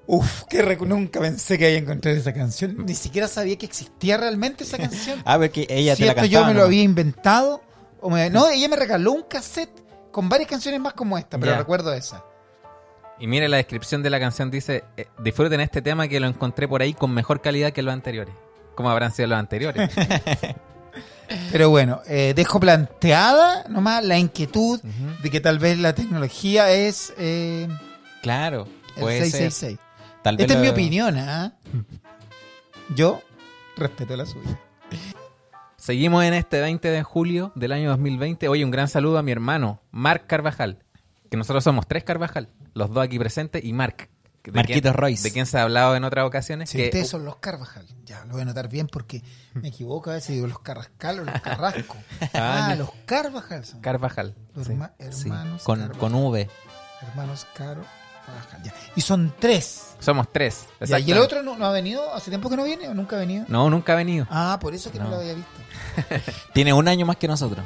B: Uf, que nunca pensé que iba a encontrar esa canción. Ni siquiera sabía que existía realmente esa canción.
C: Ah, porque ella
B: si
C: te la
B: esto
C: cantaba.
B: yo me lo
C: ¿no?
B: había inventado. O me- no, ella me regaló un cassette con varias canciones más como esta, pero
A: Ya.
B: recuerdo esa.
A: Y mire, la descripción de la canción dice, eh, disfruten este tema que lo encontré por ahí con mejor calidad que los anteriores. Como habrán sido los anteriores.
B: Pero bueno, eh, dejo planteada nomás la inquietud de que tal vez la tecnología es eh,
C: Claro.
B: el
C: Puede ser.
B: 666.
C: Tal vez
B: Esta es mi
C: lo-
B: opinión, ¿ah? Yo respeto la suya.
A: Seguimos en este 20 de julio del año 2020. Oye, un gran saludo a mi hermano, Marc Carvajal. Que nosotros somos tres Carvajal, los dos aquí presentes y Marc. de
C: Marquitos
A: quien-
C: Royce.
A: De quien se ha hablado en otras ocasiones.
B: Si
A: que-
B: ustedes son los Carvajal, ya lo voy a anotar bien porque me equivoco a veces digo los Carrascal o los Carrasco.
A: Ah,
B: Ah,
A: no.
B: los Carvajal son.
A: Carvajal.
B: Los
A: sí.
B: herma-
C: Sí,
B: hermanos
C: con,
B: Carvajal.
C: con V.
B: Hermanos Carvajal. ya. Y son tres.
A: Somos tres.
B: Ya, y el
A: exactamente.
B: otro no, no ha venido, hace tiempo que no viene o nunca ha venido.
A: No, nunca ha venido.
B: Ah, por eso que no,
C: No.
B: lo había visto.
C: Tiene un año más que nosotros.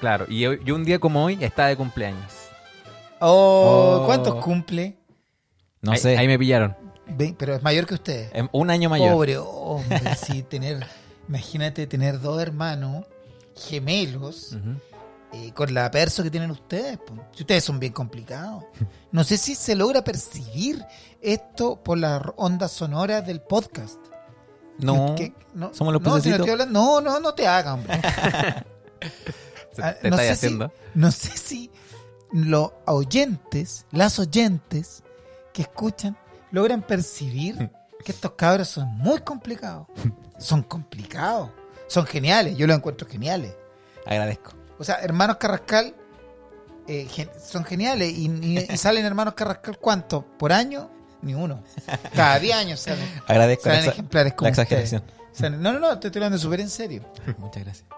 A: Claro. Y, hoy- y un día como hoy está de cumpleaños.
B: Oh,
A: Oh.
B: ¿cuántos cumple?
C: No
A: Ahí-
C: sé.
A: Ahí me pillaron.
B: Ve- Pero es mayor que ustedes.
C: Em, Un año mayor.
B: Pobre hombre, sí, tener, imagínate tener dos hermanos gemelos
A: Ujú.
B: eh, con la perso que tienen ustedes. po. Si ustedes son bien complicados. No sé si se logra percibir esto por las ondas sonoras del podcast.
C: No.
B: Que- no,
C: somos los
B: no, si no,
C: pececitos.
B: estoy hablando- no, no, no te hagan, hombre.
A: Se-
B: Ah,
A: te
B: no
A: estáis
B: sé
A: haciendo.
B: Si, no sé si los oyentes, las oyentes que escuchan, logran percibir que estos cabros son muy complicados. Son complicados. Son geniales. Yo los encuentro geniales.
C: Agradezco.
B: O sea, hermanos Carrascal eh, gen- son geniales. Y, y- y salen hermanos Carrascal, ¿cuánto? ¿Por año? Ni uno. Cada 10 años salen.
C: Agradezco
B: Salen
C: la, exa-
B: ejemplares como
C: la exageración.
B: ustedes. O sea, no, no, no, te estoy hablando súper en serio.
C: Muchas gracias.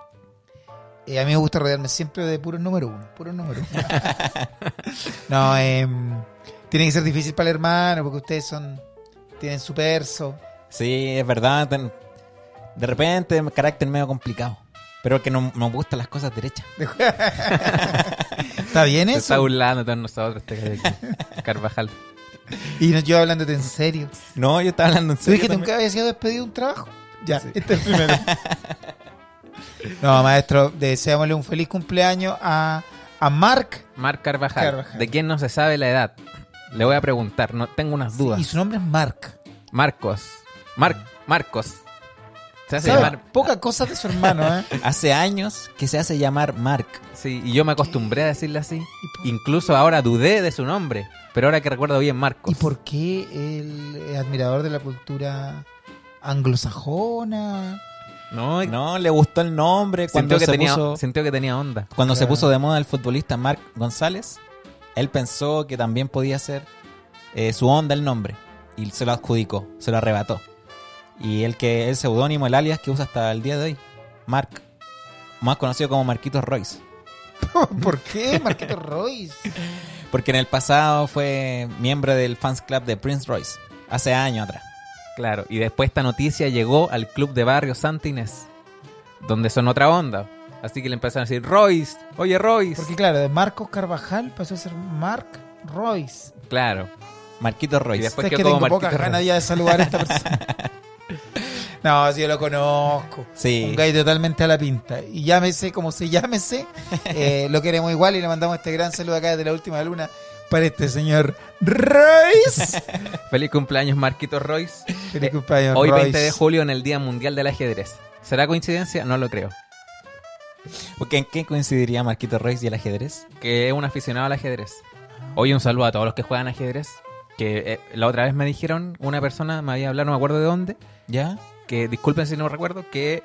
B: Eh, a mí me gusta rodearme siempre de puros número uno, puros número uno. no, em, tiene que ser difícil para el hermano porque ustedes son, tienen su perso.
C: Sí, es verdad. ten- De repente, carácter medio complicado. Pero que no- nos gustan las cosas derechas.
B: ¿Está bien
A: Se está
B: eso?
A: burlando de todos nosotros este gallo aquí. Carvajal.
B: Y no, yo hablándote en serio.
C: No, yo estaba hablando en
B: ¿Tú
C: serio.
B: dijiste que
C: también.
B: nunca había sido despedido de un trabajo? Ya, este es el primero. no, maestro, deseámosle un feliz cumpleaños a, a Mark.
A: Marc Carvajal,
B: Carvajal.
A: de quien no se sabe la edad. Le voy a preguntar, no tengo unas dudas.
B: Y su nombre es Mark.
A: Marcos. Mar Marcos. Se hace
B: Sabe
A: llamar.
B: poca cosa de su hermano, ¿eh?
C: Hace años que se hace llamar Mark.
A: Ah, Sí, y yo me acostumbré a decirle así. Incluso ahora dudé de su nombre. Pero ahora que recuerdo bien Marcos.
B: ¿Y por qué el eh, admirador de la cultura anglosajona?
A: No,
C: No, le gustó el nombre.
A: sintió,
C: Cuando,
A: que
C: se,
A: tenía,
C: puso,
A: sintió que tenía onda.
C: cuando se
B: Claro.
C: puso de moda el futbolista Mark González, él pensó que también podía ser eh, su onda el nombre. Y se lo adjudicó, se lo arrebató. Y el que el seudónimo, el alias que usa hasta el día de hoy, Mark. Más conocido como Marquitos Royce.
B: ¿Por qué Marquito Royce?
C: Porque en el pasado fue miembro del fans club de Prince Royce. Hace años atrás.
A: Claro. Y después esta noticia llegó al club de barrio Santa Inés. Donde son otra onda. Así que le empezaron a decir, Royce, oye Royce.
B: Porque claro, de Marcos Carvajal pasó a ser Mark Royce.
A: Claro.
C: Marquitos Royce.
A: Y después-
B: Sabes
A: quedó
B: que tengo
A: como
B: pocas
A: Marquito
B: ganas ya de saludar a esta persona. no, sí, yo lo conozco.
C: Sí.
B: Un gay totalmente a la pinta. Y llámese como se llámese, eh, lo queremos igual y le mandamos este gran saludo acá desde la última luna para este señor Royce.
A: Feliz cumpleaños, Marquito Royce.
B: Feliz cumpleaños,
A: Hoy,
B: Royce.
A: 20 de julio, en el Día Mundial del Ajedrez. ¿Será coincidencia? No lo creo.
C: Porque ¿En qué coincidiría Marquitos Royce y el ajedrez?
A: Que es un aficionado al ajedrez. Hoy un saludo a todos los que juegan ajedrez. Que eh, la otra vez me dijeron, una persona me había hablado, no me acuerdo de dónde,
C: ¿Ya?
A: que disculpen si no recuerdo, que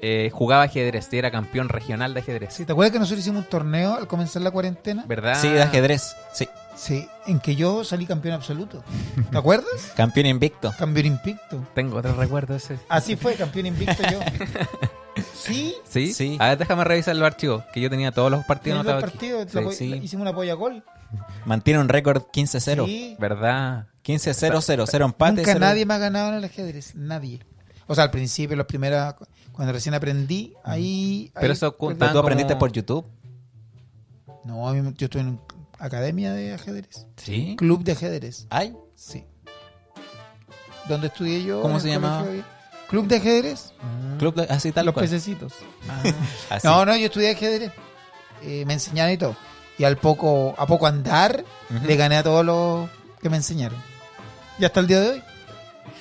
A: eh, jugaba ajedrez y era campeón regional de ajedrez.
B: Sí, ¿Te acuerdas que nosotros hicimos un torneo al comenzar la cuarentena?
A: ¿Verdad?
C: Sí, de ajedrez. Sí.
B: Sí, en que yo salí campeón absoluto. ¿Te acuerdas?
C: Campeón invicto.
B: Campeón invicto.
A: Tengo otro recuerdo ese.
B: Así fue, campeón invicto yo. Sí,
A: ¿Sí?
C: Sí.
A: A ver, déjame revisar los archivos, que yo tenía todos los partidos
B: Tienes dos
A: anotados aquí.
B: partidos,
A: Sí,
B: la po-
C: sí.
B: la- hicimos una polla gol.
C: Mantiene un récord 15-0.
B: Sí.
A: ¿Verdad?
C: 15-0-0. 0 empate.
B: Nunca
C: cero-
B: nadie me ha ganado en el ajedrez, nadie. O sea, al principio, las primeras, cu- cuando recién aprendí, ahí...
A: Pero
B: ahí-
A: eso cuenta.
C: Pero tú
A: Como-
C: aprendiste por YouTube.
B: No, a mí me- yo estoy en un- academia de ajedrez,
C: Sí.
B: club de ajedrez,
C: ¿Ay?
B: sí. ¿Dónde estudié yo?
C: ¿Cómo
B: en
C: se
B: el
C: llamaba?
B: colegio? Club de ajedrez,
C: Club de- así tal
B: los
C: cual.
B: pececitos.
C: Así.
B: pues No, no, yo estudié ajedrez. Eh, me enseñaron y todo. Y al poco, a poco andar,
C: Ujú.
B: le gané a todos los que me enseñaron. Y hasta el día de hoy.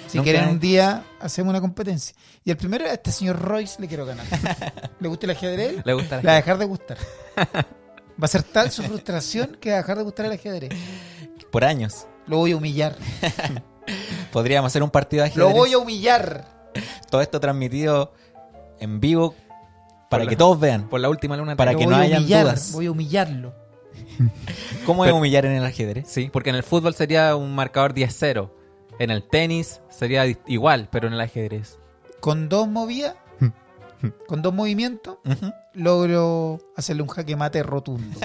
B: Si
C: Nunca
B: quieren
C: hay-
B: un día, hacemos una competencia. Y el primero, a este señor Royce le quiero ganar. ¿Le gusta el ajedrez?
A: ¿Le gusta
B: Le
A: la
B: va a dejar de gustar. Va a ser tal su frustración que va a dejar de gustar el ajedrez.
C: Por años.
B: Lo voy a humillar.
C: Podríamos hacer un partido de
B: Lo
C: ajedrez.
B: voy a humillar.
C: Todo esto transmitido en vivo para
A: Por
C: que
A: la-
C: todos vean.
A: Por la última luna.
C: Para
B: Lo
C: que
B: voy
C: no
B: a
C: hayan
B: humillar,
C: dudas.
B: Voy a humillarlo.
C: ¿Cómo es
A: Pero-
C: humillar en el ajedrez?
A: Sí, porque en el fútbol sería un marcador 10-0. En el tenis sería di- igual, pero en el ajedrez.
B: Con dos movidas,
C: Hmm.
B: con dos movimientos,
C: Ujú.
B: logro hacerle un jaque mate rotundo.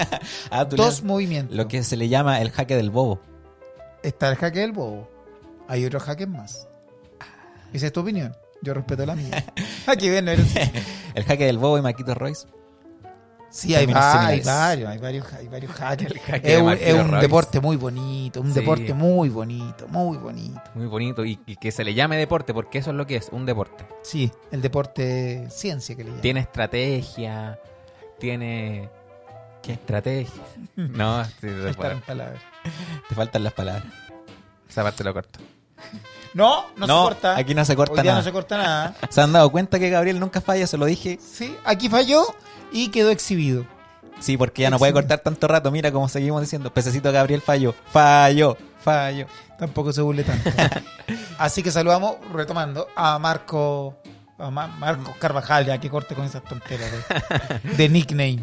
C: Ah, tú le-
B: Dos movimientos.
C: Lo que se le llama el jaque del bobo.
B: Está el jaque del bobo. Hay otros jaques más. Esa es tu opinión. Yo respeto la mía. Aquí bien, no eres-
C: El jaque del bobo y Marquito Royce.
B: Sí, hay,
C: Términos
B: va- hay
C: similares.
B: varios, hay varios, hay varios jaques.
A: jaque
B: Es
A: de
B: un,
A: Marquito
B: es un
A: Royce.
B: deporte muy bonito, un
A: Sí.
B: deporte muy bonito, muy bonito.
A: Muy bonito. Y, y que se le llame deporte, porque eso es lo que es, un deporte.
B: Sí, el deporte ciencia que le llaman.
A: Tiene estrategia, tiene... ¿Qué estrategia? No, sí,
B: No está en
A: bueno,
B: palabras.
C: Te faltan las palabras.
A: esa parte lo corto.
B: No, no, se corta.
C: aquí no se
B: Hoy
C: corta
B: día
C: nada.
B: no se corta nada.
C: se... han dado cuenta que Gabriel nunca falla? Se lo dije.
B: Sí, aquí falló y quedó exhibido.
C: Sí, porque ya no puede
B: Excelente.
C: cortar tanto rato. Mira cómo seguimos diciendo. Pececito Gabriel falló. Falló. Falló.
B: Tampoco se burle tanto. Así que saludamos, retomando, a Marco a Ma- Marco Carvajal, ya que corte con esas tonteras de, de nickname.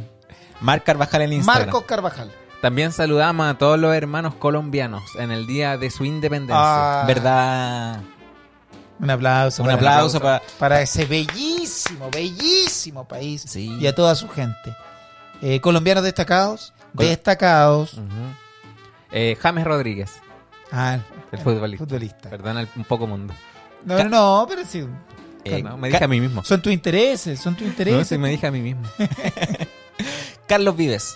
C: Marc Carvajal en Instagram.
B: Marco Carvajal.
A: También saludamos a todos
C: Ah.
A: los hermanos colombianos en el día de su independencia.
B: Ah,
C: ¿Verdad?
B: Un aplauso.
C: Un
B: para-
C: aplauso para-
B: para ese bellísimo, bellísimo país
C: Sí.
B: y a toda su gente. Eh, colombianos destacados, destacados.
A: Ujú. Eh, James Rodríguez,
B: Ah,
A: el futbolista.
B: futbolista.
A: Perdona el- un poco mundo.
B: No, no, no, pero sí.
C: Eh,
A: No, me dije a mí mismo.
B: Son tus intereses, son tus intereses.
A: No, sí, me dije a mí mismo.
C: Carlos Vives,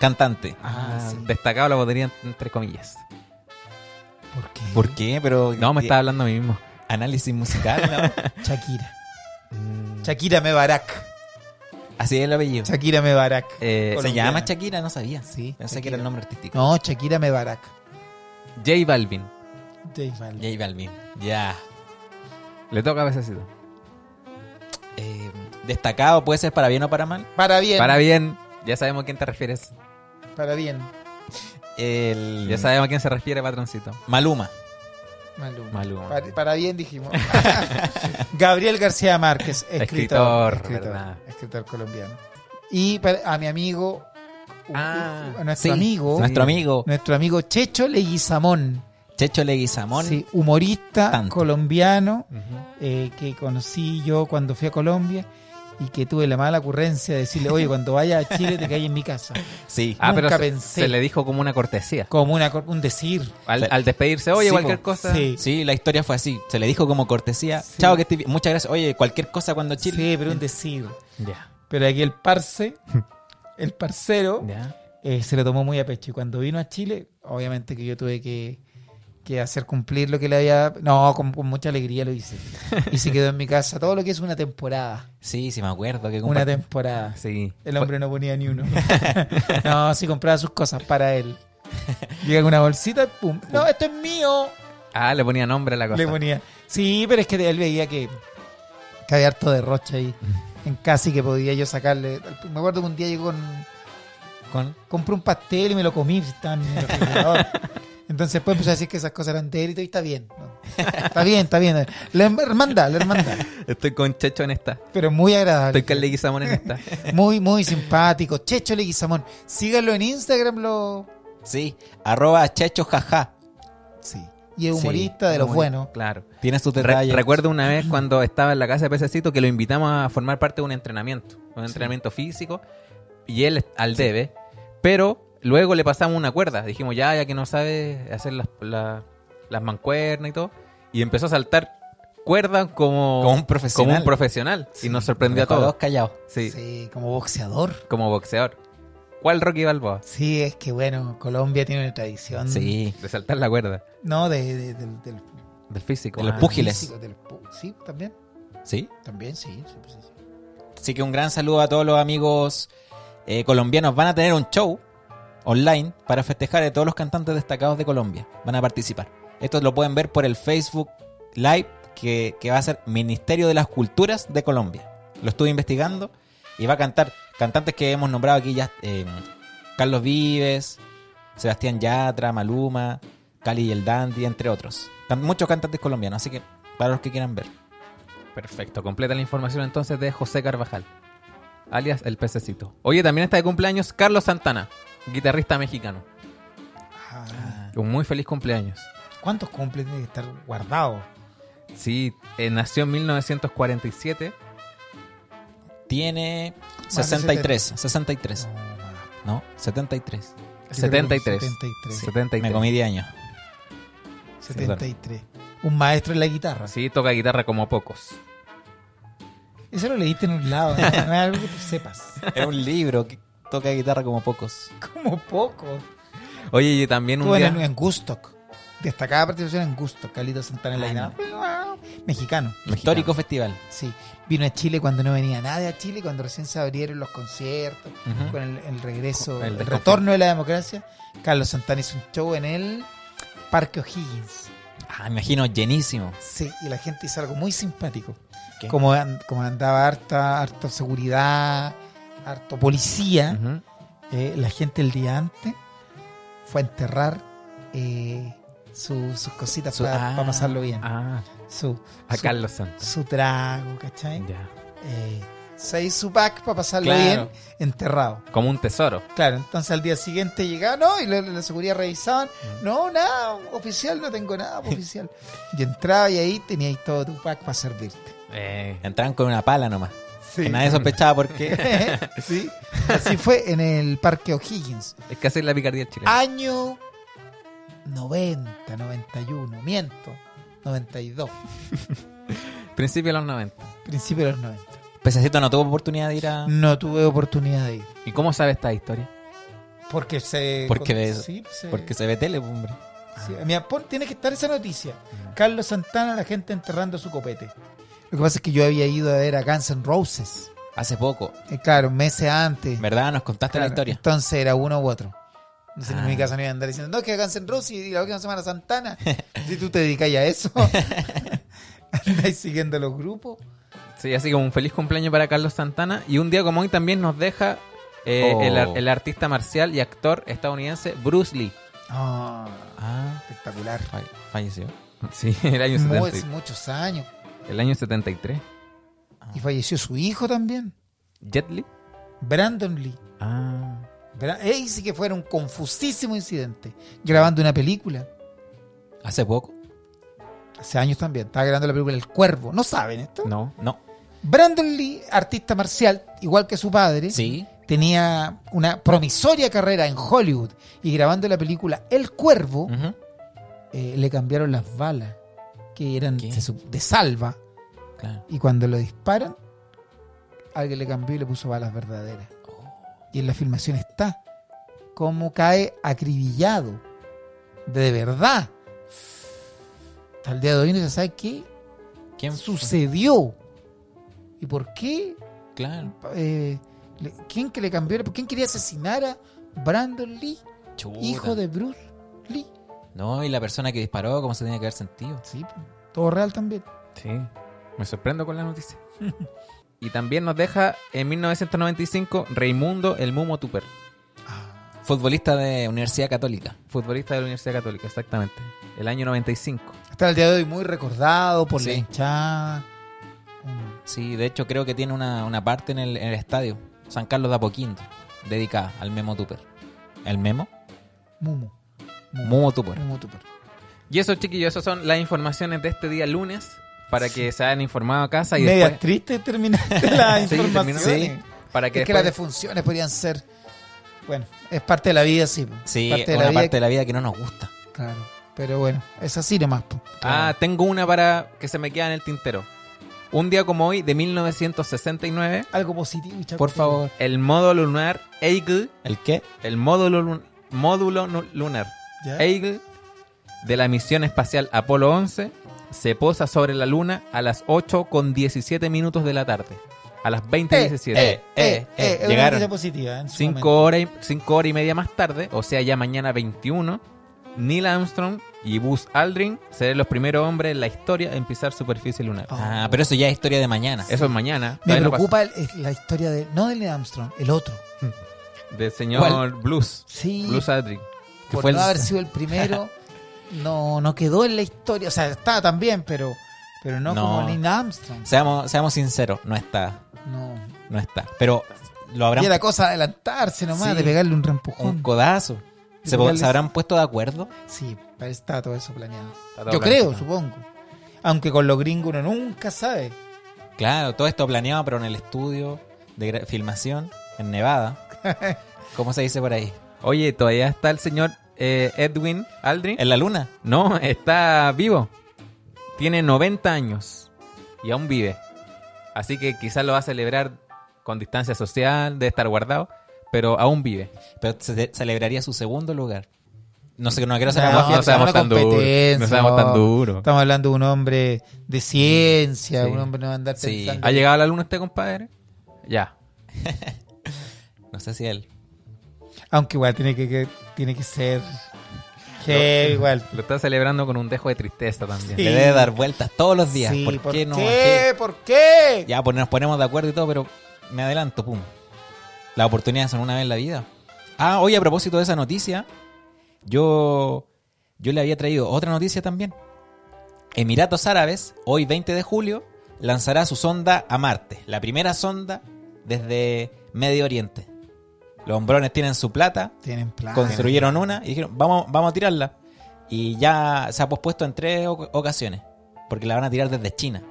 C: cantante.
A: Ah,
B: Ah, sí.
A: Destacado la podría entre comillas.
B: ¿Por qué?
C: ¿Por qué? Pero
A: No, me
C: de-
A: estaba hablando a mí mismo.
C: análisis musical,
B: Shakira.
C: ¿no?
B: Shakira Mebarak.
C: Así es el apellido.
B: Shakira Mebarak.
A: Eh,
C: Se
B: Colombiana.
C: llama Shakira, no sabía.
B: Sí,
C: Pensé que
B: Shakira.
C: era el nombre artístico.
B: No, Shakira Mebarak.
A: J Balvin.
B: J Balvin.
A: Eh.
C: J Balvin. Ya.
A: Le toca a veces.
C: Eh, destacado puede ser para bien o para mal.
B: Para bien.
A: Para
B: Para,
A: bien, ya sabemos a quién te refieres.
B: bien.
C: El
A: Ya sabemos a quién se refiere, patroncito.
C: Maluma.
B: Maluma.
A: Maluma.
B: Para, para bien dijimos. Gabriel García Márquez, escritor.
A: Escritor, verdad.
B: escritor colombiano. Y para- a mi amigo, u-
A: Ah,
B: u- a nuestro
C: sí,
B: amigo,
C: Nuestro amigo
B: nuestro amigo Checho Leguizamón,
C: Checho Leguizamón.
B: sí, humorista
C: Tanto.
B: colombiano
A: Ujú.
B: eh, que conocí yo cuando fui a Colombia y que tuve la mala ocurrencia de decirle, oye, cuando vaya a Chile te caes en mi casa.
C: Sí.
A: Ah, pero
B: Nunca
A: se,
B: pensé.
A: se le dijo como una cortesía.
B: Como una, cor- un decir.
A: Al,
C: Se-
A: al despedirse, oye,
C: Sí,
A: cualquier
C: po.
A: cosa.
B: Sí.
C: Sí, la historia fue así. Se le dijo como cortesía.
B: Sí.
C: Chao, que estés bien. Muchas gracias. Oye, cualquier cosa cuando Chile.
B: Sí, pero un decir.
A: Ya.
B: Pero aquí el parce, el parcero,
A: Ya.
B: eh, se lo tomó muy a pecho. Y cuando vino a Chile, obviamente que yo tuve que, que hacer cumplir lo que le había... No, con, con mucha alegría lo hice. Y se quedó en mi casa todo lo que es una temporada.
C: Sí, sí, me acuerdo que
B: Una
C: compa-
B: temporada.
A: Sí.
B: El hombre no ponía ni uno. No, sí compraba sus cosas para él. Llega con una bolsita, pum. No, esto es mío.
A: Ah, le ponía nombre a la cosa.
B: Le ponía. Sí, pero es que él veía que, que había harto derroche ahí. En casi que podía yo sacarle. Me acuerdo que un día llegó con.
C: con-
B: Compré un pastel y me lo comí. si Estaba en el refrigerador. Entonces después empezó a decir que esas cosas eran de él y todo, y está bien. ¿no? Está bien, está bien. La hermandad, la hermandad.
A: Estoy con Checho en esta.
B: Pero muy agradable.
A: Estoy con Leguizamón en esta.
B: Muy, muy simpático. Checho Leguizamón. Síganlo en Instagram, lo.
C: Sí, arroba Checho Jaja.
B: Sí. Y es
C: Sí,
B: humorista de los
A: Muy-
B: buenos.
A: Claro.
C: Tiene sus
A: Re-
C: detalles.
A: recuerdo una vez cuando estaba en la casa de Pececito que lo invitamos a formar parte de un entrenamiento, un entrenamiento físico, y él al debe, pero luego le pasamos una cuerda, dijimos ya, ya que no sabe hacer las, la- las mancuernas y todo, y empezó a saltar cuerda como,
C: Como un profesional.
A: como un profesional, y nos sorprendió a
C: Dejó
A: todos,
C: dos callados.
A: sí,
B: Sí, como boxeador.
A: como boxeador. ¿Cuál Rocky Balboa?
B: Sí, es que bueno, Colombia tiene una tradición.
C: Sí.
A: De saltar la cuerda,
B: No, de, de- del- del
A: del físico.
C: De los
A: Ah.
C: pugil- Púgiles.
B: físico, del pu- sí, también.
C: Sí.
B: También, sí. sí, pues, sí, sí.
C: Así que un gran saludo a todos los amigos eh, colombianos. Van a tener un show online para festejar de todos los cantantes destacados de Colombia. Van a participar. Esto lo pueden ver por el Facebook Live que, que va a ser Ministerio de las Culturas de Colombia. Lo estuve investigando y va a cantar cantantes que hemos nombrado aquí ya. eh, Carlos Vives, Sebastián Yatra, Maluma, Cali y el Dandy, entre otros. Can- muchos cantantes colombianos, así que para los que quieran ver.
A: Perfecto, completa la información entonces de José Carvajal, alias el pececito. Oye, también está de cumpleaños Carlos Santana, guitarrista mexicano.
B: Ah,
A: Un muy feliz cumpleaños.
B: ¿Cuántos cumplen tiene que estar guardado?
A: Sí, eh, nació en 1947.
C: Tiene
B: de
C: 63, 63.
B: No, más.
C: No, 73.
B: Yo creo que
A: 73.
B: 73.
A: 73.
C: Me comí 10 años.
B: 73. Un maestro en la guitarra.
A: Sí, toca guitarra como pocos.
B: Eso lo leíste en un lado, no, no es algo que tú sepas.
C: Era un libro que toca guitarra como pocos.
B: Como poco.
A: Oye, y también un
B: Estuvo en,
A: día
B: en Gustock. Destacada participación en Gustock, Carlitos Santana en la
C: Ah,
B: guitarra. Mexicano.
C: Histórico festival.
B: Sí, vino a Chile cuando no venía nadie a Chile, cuando recién se abrieron los conciertos,
C: Ujú.
B: con el, el regreso,
A: Con el
B: el,
A: desconfi-
B: retorno de la democracia. Carlos Santana hizo un show en el Parque O'Higgins.
C: Ah, me imagino llenísimo.
B: Sí, y la gente hizo algo muy simpático.
C: ¿Qué?
B: Como, an- como andaba harta, harta seguridad, harto policía,
A: Ujú.
B: eh, la gente el día antes fue a enterrar eh, su- sus cositas
C: Su-
B: para
C: ah,
B: pasarlo bien.
A: Ah,
B: Su,
A: a
B: su,
A: Carlos Santana.
B: su trago, ¿cachai?
A: Ya.
B: eh, se hizo su pack para pasarlo
A: Claro.
B: bien enterrado.
A: Como un tesoro.
B: Claro, entonces al día siguiente llegaban ¿no? y la, la seguridad revisaban. No, nada, oficial, no tengo nada, pues, oficial. Y entraba y ahí teníais todo tu pack para servirte.
A: Eh,
C: Entraban con una pala nomás.
B: Sí.
C: Que nadie sospechaba por qué.
B: Sí. Así fue en el Parque O'Higgins.
A: es que hacer la picardía chilena.
B: Año 90, 91, miento, 92,
A: Principio de los 90.
B: principio de los 90.
C: Pececito no tuvo oportunidad de ir a.
B: No tuve oportunidad de ir.
A: ¿Y cómo sabe esta historia?
B: Porque se.
C: Porque de-
B: sí, se-
C: Porque se ve tele, pues, hombre.
B: sí. Mira, pon- tiene que estar esa noticia. Carlos Santana, la gente enterrando su copete. Lo que pasa es que yo había ido a ver a Guns N' Roses.
C: Hace poco.
B: Eh, claro, meses antes.
C: ¿Verdad? Nos contaste
B: Claro,
C: la historia.
B: Entonces era uno u otro. No sé,
C: Ah.
B: en mi casa no iba a andar diciendo, no, es que Guns N' Roses y la última semana Santana. si tú te dedicas a eso, andáis siguiendo los grupos.
A: Sí, así como un feliz cumpleaños para Carlos Santana. Y un día como hoy también nos deja eh,
C: Oh.
A: el, ar- el artista marcial y actor estadounidense Bruce Lee.
B: Ah,
C: Ah,
B: espectacular.
C: fall- falleció.
A: Sí, el año,
B: Mu-
A: 70
B: muchos años.
A: el año 73.
C: Ah.
B: Y falleció su hijo también,
A: Jet Lee.
B: Brandon Lee.
A: Ah.
B: ¿Verdad? Ey, sí que fuera un confusísimo incidente. Grabando una película.
C: Hace poco.
B: Hace años también. Estaba grabando la película El Cuervo. ¿No saben esto?
A: No.
C: No.
B: Brandon Lee, artista marcial, igual que su padre,
C: Sí.
B: tenía una promisoria carrera en Hollywood. Y grabando la película El Cuervo,
C: Ujú.
B: eh, le cambiaron las balas. Que eran
C: ¿Qué?
B: se sup- de salva.
C: Claro.
B: Y cuando lo disparan, alguien le cambió y le puso balas verdaderas.
C: Oh.
B: Y en la filmación está cómo cae acribillado. De verdad. Hasta el día de hoy no se sabe qué
C: ¿Quién fue?
B: sucedió. ¿Y por qué?
C: Claro.
B: eh, le- ¿Quién que le cambió? la- ¿Quién quería asesinar a Brandon Lee,
C: Chuta.
B: hijo de Bruce Lee?
C: No, y la persona que disparó, ¿cómo se tenía que haber sentido?
B: Sí, todo real también.
A: Sí, me sorprendo con la noticia. y también nos deja en 1995 Raimundo el Mumo Tupper,
C: Futbolista de Universidad Católica.
A: futbolista de la Universidad Católica, exactamente. El año 95.
B: Hasta el día de hoy muy recordado por
C: Sí.
B: la hinchada. Mm.
C: Sí, de hecho creo que tiene una, una parte en el, en el estadio, San Carlos de Apoquindo, dedicada al Memo Tupper. ¿El Memo?
B: Mumu.
C: Memo Tupper.
B: Mumu Tupper.
A: Y eso, chiquillos, esas son las informaciones de este día lunes para que se hayan informado a casa y
B: Media
A: después
B: triste terminaste la
A: Sí,
B: información.
A: terminó- para que
B: Es que
A: después-
B: las defunciones podrían ser. Bueno, es parte de la vida, sí. po.
C: Sí,
B: parte de
C: una
B: la vida,
C: parte de la vida que no nos gusta.
B: Claro. Pero bueno, es así nomás. po.
A: Ah, tengo una para que se me queda en el tintero. Un día como hoy de 1969,
B: Algo positivo, y chao,
C: Por
B: sí.
C: favor.
A: el módulo lunar Eagle,
C: ¿El qué?
A: el módulo lun- módulo nu- lunar
B: ¿Ya?
A: Eagle de la misión espacial Apolo 11 se posa sobre la Luna a las 8 con 17 minutos de la tarde. A las 20
B: Eh,
C: Eh,
B: Eh, eh, es una
C: llegaron.
B: noticia positiva. en su
A: 5 horas, y, cinco horas y media más tarde, o sea ya mañana 21, Neil Armstrong y Buzz Aldrin serán los primeros hombres en la historia en pisar superficie lunar.
B: Oh.
C: Ah, pero eso ya es historia de mañana.
A: Eso es mañana.
B: Me
A: todavía no
B: preocupa el- es la historia de. No de Neil Armstrong, el otro.
A: pasa. Del señor Blues.
B: Sí.
A: Blues Aldrin.
B: por
C: fue
B: no
C: el-
B: haber sido el primero. no, no quedó en la historia. O sea, está también, pero. Pero no,
C: No.
B: como Neil Armstrong.
C: Seamos, seamos sinceros, no está.
B: No.
C: No está. Pero lo
B: Y
C: habrán
B: era cosa de adelantarse nomás,
C: Sí.
B: de pegarle un
C: un
B: rampujón.
C: codazo. ¿Se, po-
B: Igual
C: se
B: es-
C: habrán puesto de acuerdo?
B: Sí, parece está todo eso planeado.
A: Está todo
B: Yo
A: planificado.
B: creo, supongo. Aunque con los gringos uno nunca sabe.
C: Claro, todo esto planeado, pero en el estudio de gra- filmación en Nevada. ¿Cómo se dice por ahí?
A: Oye, todavía está el señor eh, Edwin Aldrin.
C: ¿En la luna?
A: No, está vivo. Tiene 90 años y aún vive. Así que quizás lo va a celebrar con distancia social, de estar guardado, pero aún vive.
C: Pero se ce- celebraría su segundo lugar. No sé, no quiero hacer
B: No,
C: agua
A: no
C: fiesta.
A: seamos
B: una
A: tan duros,
B: competencia,
A: no seamos tan duros.
B: Estamos hablando de un hombre de ciencia,
A: Sí.
B: un hombre no va a andar
C: Sí.
B: pensando.
A: ¿Ha llegado a la luna este compadre? Ya.
C: No sé si él.
B: Aunque igual tiene que, que- tiene que ser. Que igual.
A: Lo está celebrando con un dejo de tristeza también.
B: Sí.
C: Le debe dar vueltas todos los días.
B: Sí,
C: ¿Por, qué no?
B: qué? ¿Por qué?
C: bajé? Ya pues, nos ponemos de acuerdo y todo, pero me adelanto, pum. Las oportunidades son una vez en la vida. Ah, hoy a propósito de esa noticia, yo, yo le había traído otra noticia también. Emiratos Árabes, hoy 20 de julio, lanzará su sonda a Marte. La primera sonda desde Medio Oriente. Los hombrones tienen su plata,
B: Tienen plan.
C: construyeron una y dijeron, vamos, vamos a tirarla. Y ya se ha pospuesto en tres oc- ocasiones, porque la van a tirar desde China.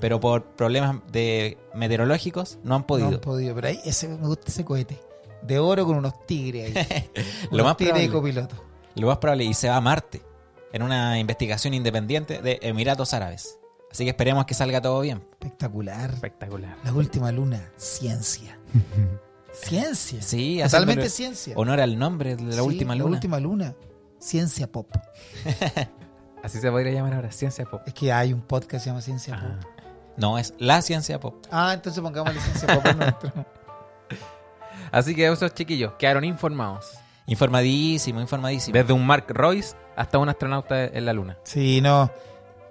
C: Pero por problemas de meteorológicos no han
B: No
C: podido.
B: han podido, pero ahí ese, me gusta ese cohete. De oro con unos tigres ahí.
C: Lo más
B: Unos tigres de
C: probable.
B: copiloto.
C: Lo más probable, y se va a Marte, en una investigación independiente de Emiratos Árabes. Así que esperemos que salga todo bien.
B: Espectacular.
A: Espectacular.
B: La última luna, ciencia. Ciencia.
C: Sí,
B: Totalmente
C: haciéndole
B: ciencia.
C: Honor al nombre de la
B: Sí,
C: última luna.
B: La última luna. Ciencia pop.
A: Así se podría llamar ahora, ciencia pop.
B: Es que hay un podcast que se llama Ciencia
A: Ajá.
B: Pop.
C: No, es la ciencia pop.
B: Ah, entonces pongamos Ciencia Pop en nuestro.
A: Así que esos chiquillos quedaron informados.
C: Informadísimo, informadísimo.
A: Desde un Mark Royce hasta un astronauta en la luna.
B: Sí, no.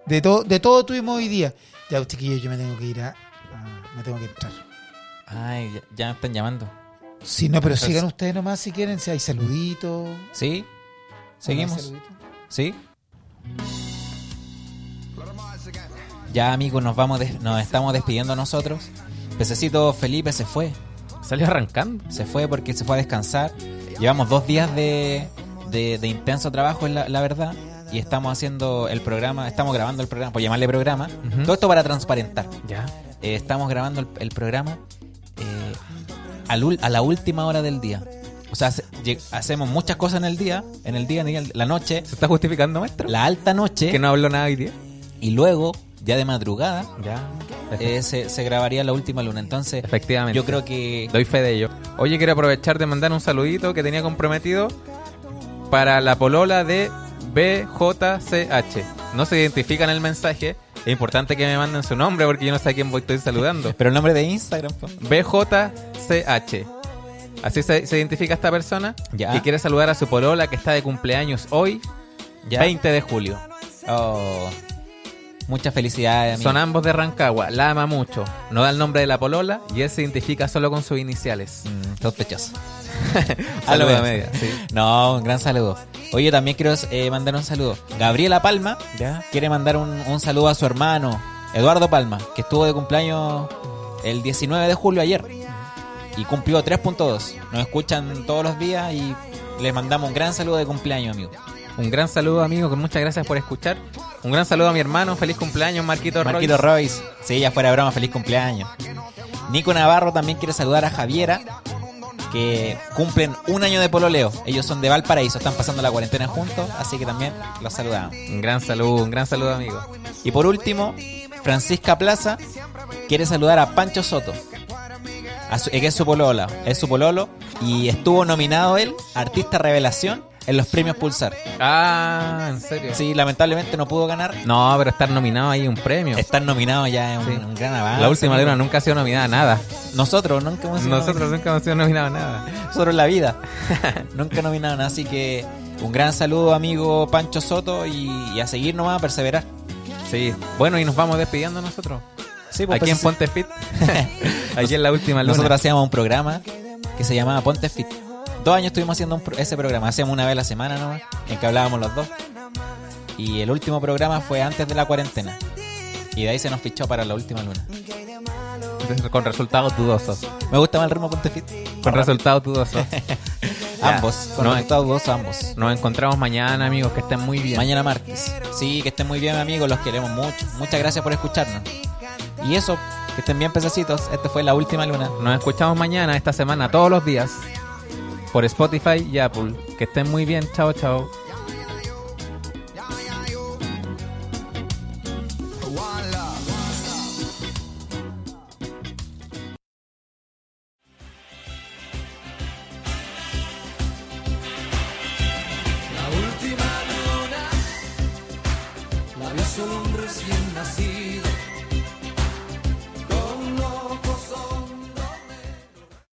B: De, todo de todo tuvimos hoy día. Ya, chiquillos, yo me tengo que ir a. ah, Me tengo que entrar.
C: Ay, ya, ya me están llamando.
B: Sí, no, pero
C: Entonces-
B: sigan ustedes nomás si quieren. Si hay saluditos.
C: ¿Sí?
B: ¿No hay
C: ¿Seguimos?
B: saluditos?
C: ¿Sí? Ya, amigos, nos vamos des- nos estamos despidiendo nosotros. Pececito Felipe se fue.
A: Salió arrancando.
C: Se fue porque se fue a descansar. Llevamos dos días de, de- de intenso trabajo, es la, la verdad. Y estamos haciendo el programa, estamos grabando el programa, por llamarle programa.
A: Ujú.
C: Todo esto para transparentar.
A: Ya.
C: Eh, estamos grabando el, el programa eh, al ul- a la última hora del día. O sea, hace- lleg- hacemos muchas cosas en el día, en el día, en el- la noche,
A: ¿Se está justificando, maestro?
C: la alta noche,
A: Que no habló nada hoy día.
C: y luego, ya de madrugada,
A: Ya.
C: eh, se, se grabaría la última luna. Entonces,
A: Efectivamente.
C: yo creo que...
A: Doy fe de ello. Oye, quiero aprovechar de mandar un saludito que tenía comprometido para la polola de BJCH. No se identifican el mensaje. Es importante que me manden su nombre porque yo no sé a quién voy estoy saludando.
C: Pero el nombre de Instagram... po.
A: BJCH. Así se, se identifica esta persona.
C: Ya.
A: Y quiere saludar a su polola que está de cumpleaños hoy,
C: Ya.
A: 20 de julio.
C: Oh, muchas felicidades, amigo.
A: Son ambos de Rancagua. La ama mucho. No da el nombre de la polola y él se identifica solo con sus iniciales.
C: Mm, sospechoso.
A: Saludo
C: Saludos.
A: a media, sí.
C: No, un gran saludo. Oye, también quiero eh, mandar un saludo. Gabriela Palma
A: Ya.
C: quiere mandar un, un saludo a su hermano, Eduardo Palma, que estuvo de cumpleaños el 19 de julio ayer. Y cumplió 3.2. Nos escuchan todos los días y les mandamos un gran saludo de cumpleaños, amigo.
A: Un gran saludo, amigo, que muchas gracias por escuchar. Un gran saludo a mi hermano, feliz cumpleaños, Marquito,
C: Marquito
A: Royce.
C: Royce. Sí, ya fuera de broma, feliz cumpleaños. Nico Navarro también quiere saludar a Javiera, que cumplen un año de pololeo. Ellos son de Valparaíso, están pasando la cuarentena juntos, así que también los saludamos.
A: Un gran saludo, un gran saludo, amigo.
C: Y por último, Francisca Plaza quiere saludar a Pancho Soto, a su- eh, que es su polola, es su pololo, y estuvo nominado él, Artista Revelación, en los premios Pulsar.
A: Ah, en serio.
C: Sí, lamentablemente no pudo ganar.
A: No, pero estar nominado ahí es un premio.
C: Estar nominado ya es un,
A: Sí.
C: un gran avance.
A: La última luna nunca ha sido nominada a nada.
C: Nosotros nunca hemos sido
A: Nosotros nunca hemos sido nominados a nada.
C: sobre la vida. Nunca nominaron, así que un gran saludo, amigo Pancho Soto, y, y a seguir nomás, a perseverar.
A: Sí. Bueno, y nos vamos despidiendo nosotros.
C: Sí,
A: Aquí en Ponte Fit. pues, Aquí en la última luna.
C: Nosotros hacíamos un programa que se llamaba Ponte Fit. Dos años estuvimos haciendo un pro- ese programa, hacíamos una vez a la semana nomás, en que hablábamos los dos. Y el último programa fue antes de la cuarentena. Y de ahí se nos fichó para la última luna.
A: Con resultados dudosos.
C: Me gusta más el ritmo Ponte Fit.
A: Con resultados dudosos. Ya.
C: Ambos, con
A: No,
C: resultados dos, ambos.
A: Nos encontramos mañana, amigos. Que estén muy bien.
C: Mañana martes. Sí, que estén muy bien, amigos. Los queremos mucho. Muchas gracias por escucharnos. Y eso, que estén bien, pececitos. Esta fue la última luna.
A: Nos escuchamos mañana, esta semana, todos los días. Por Spotify y Apple. Que estén muy bien. Chao, chao.
E: La última luna la vio solo un recién nacido.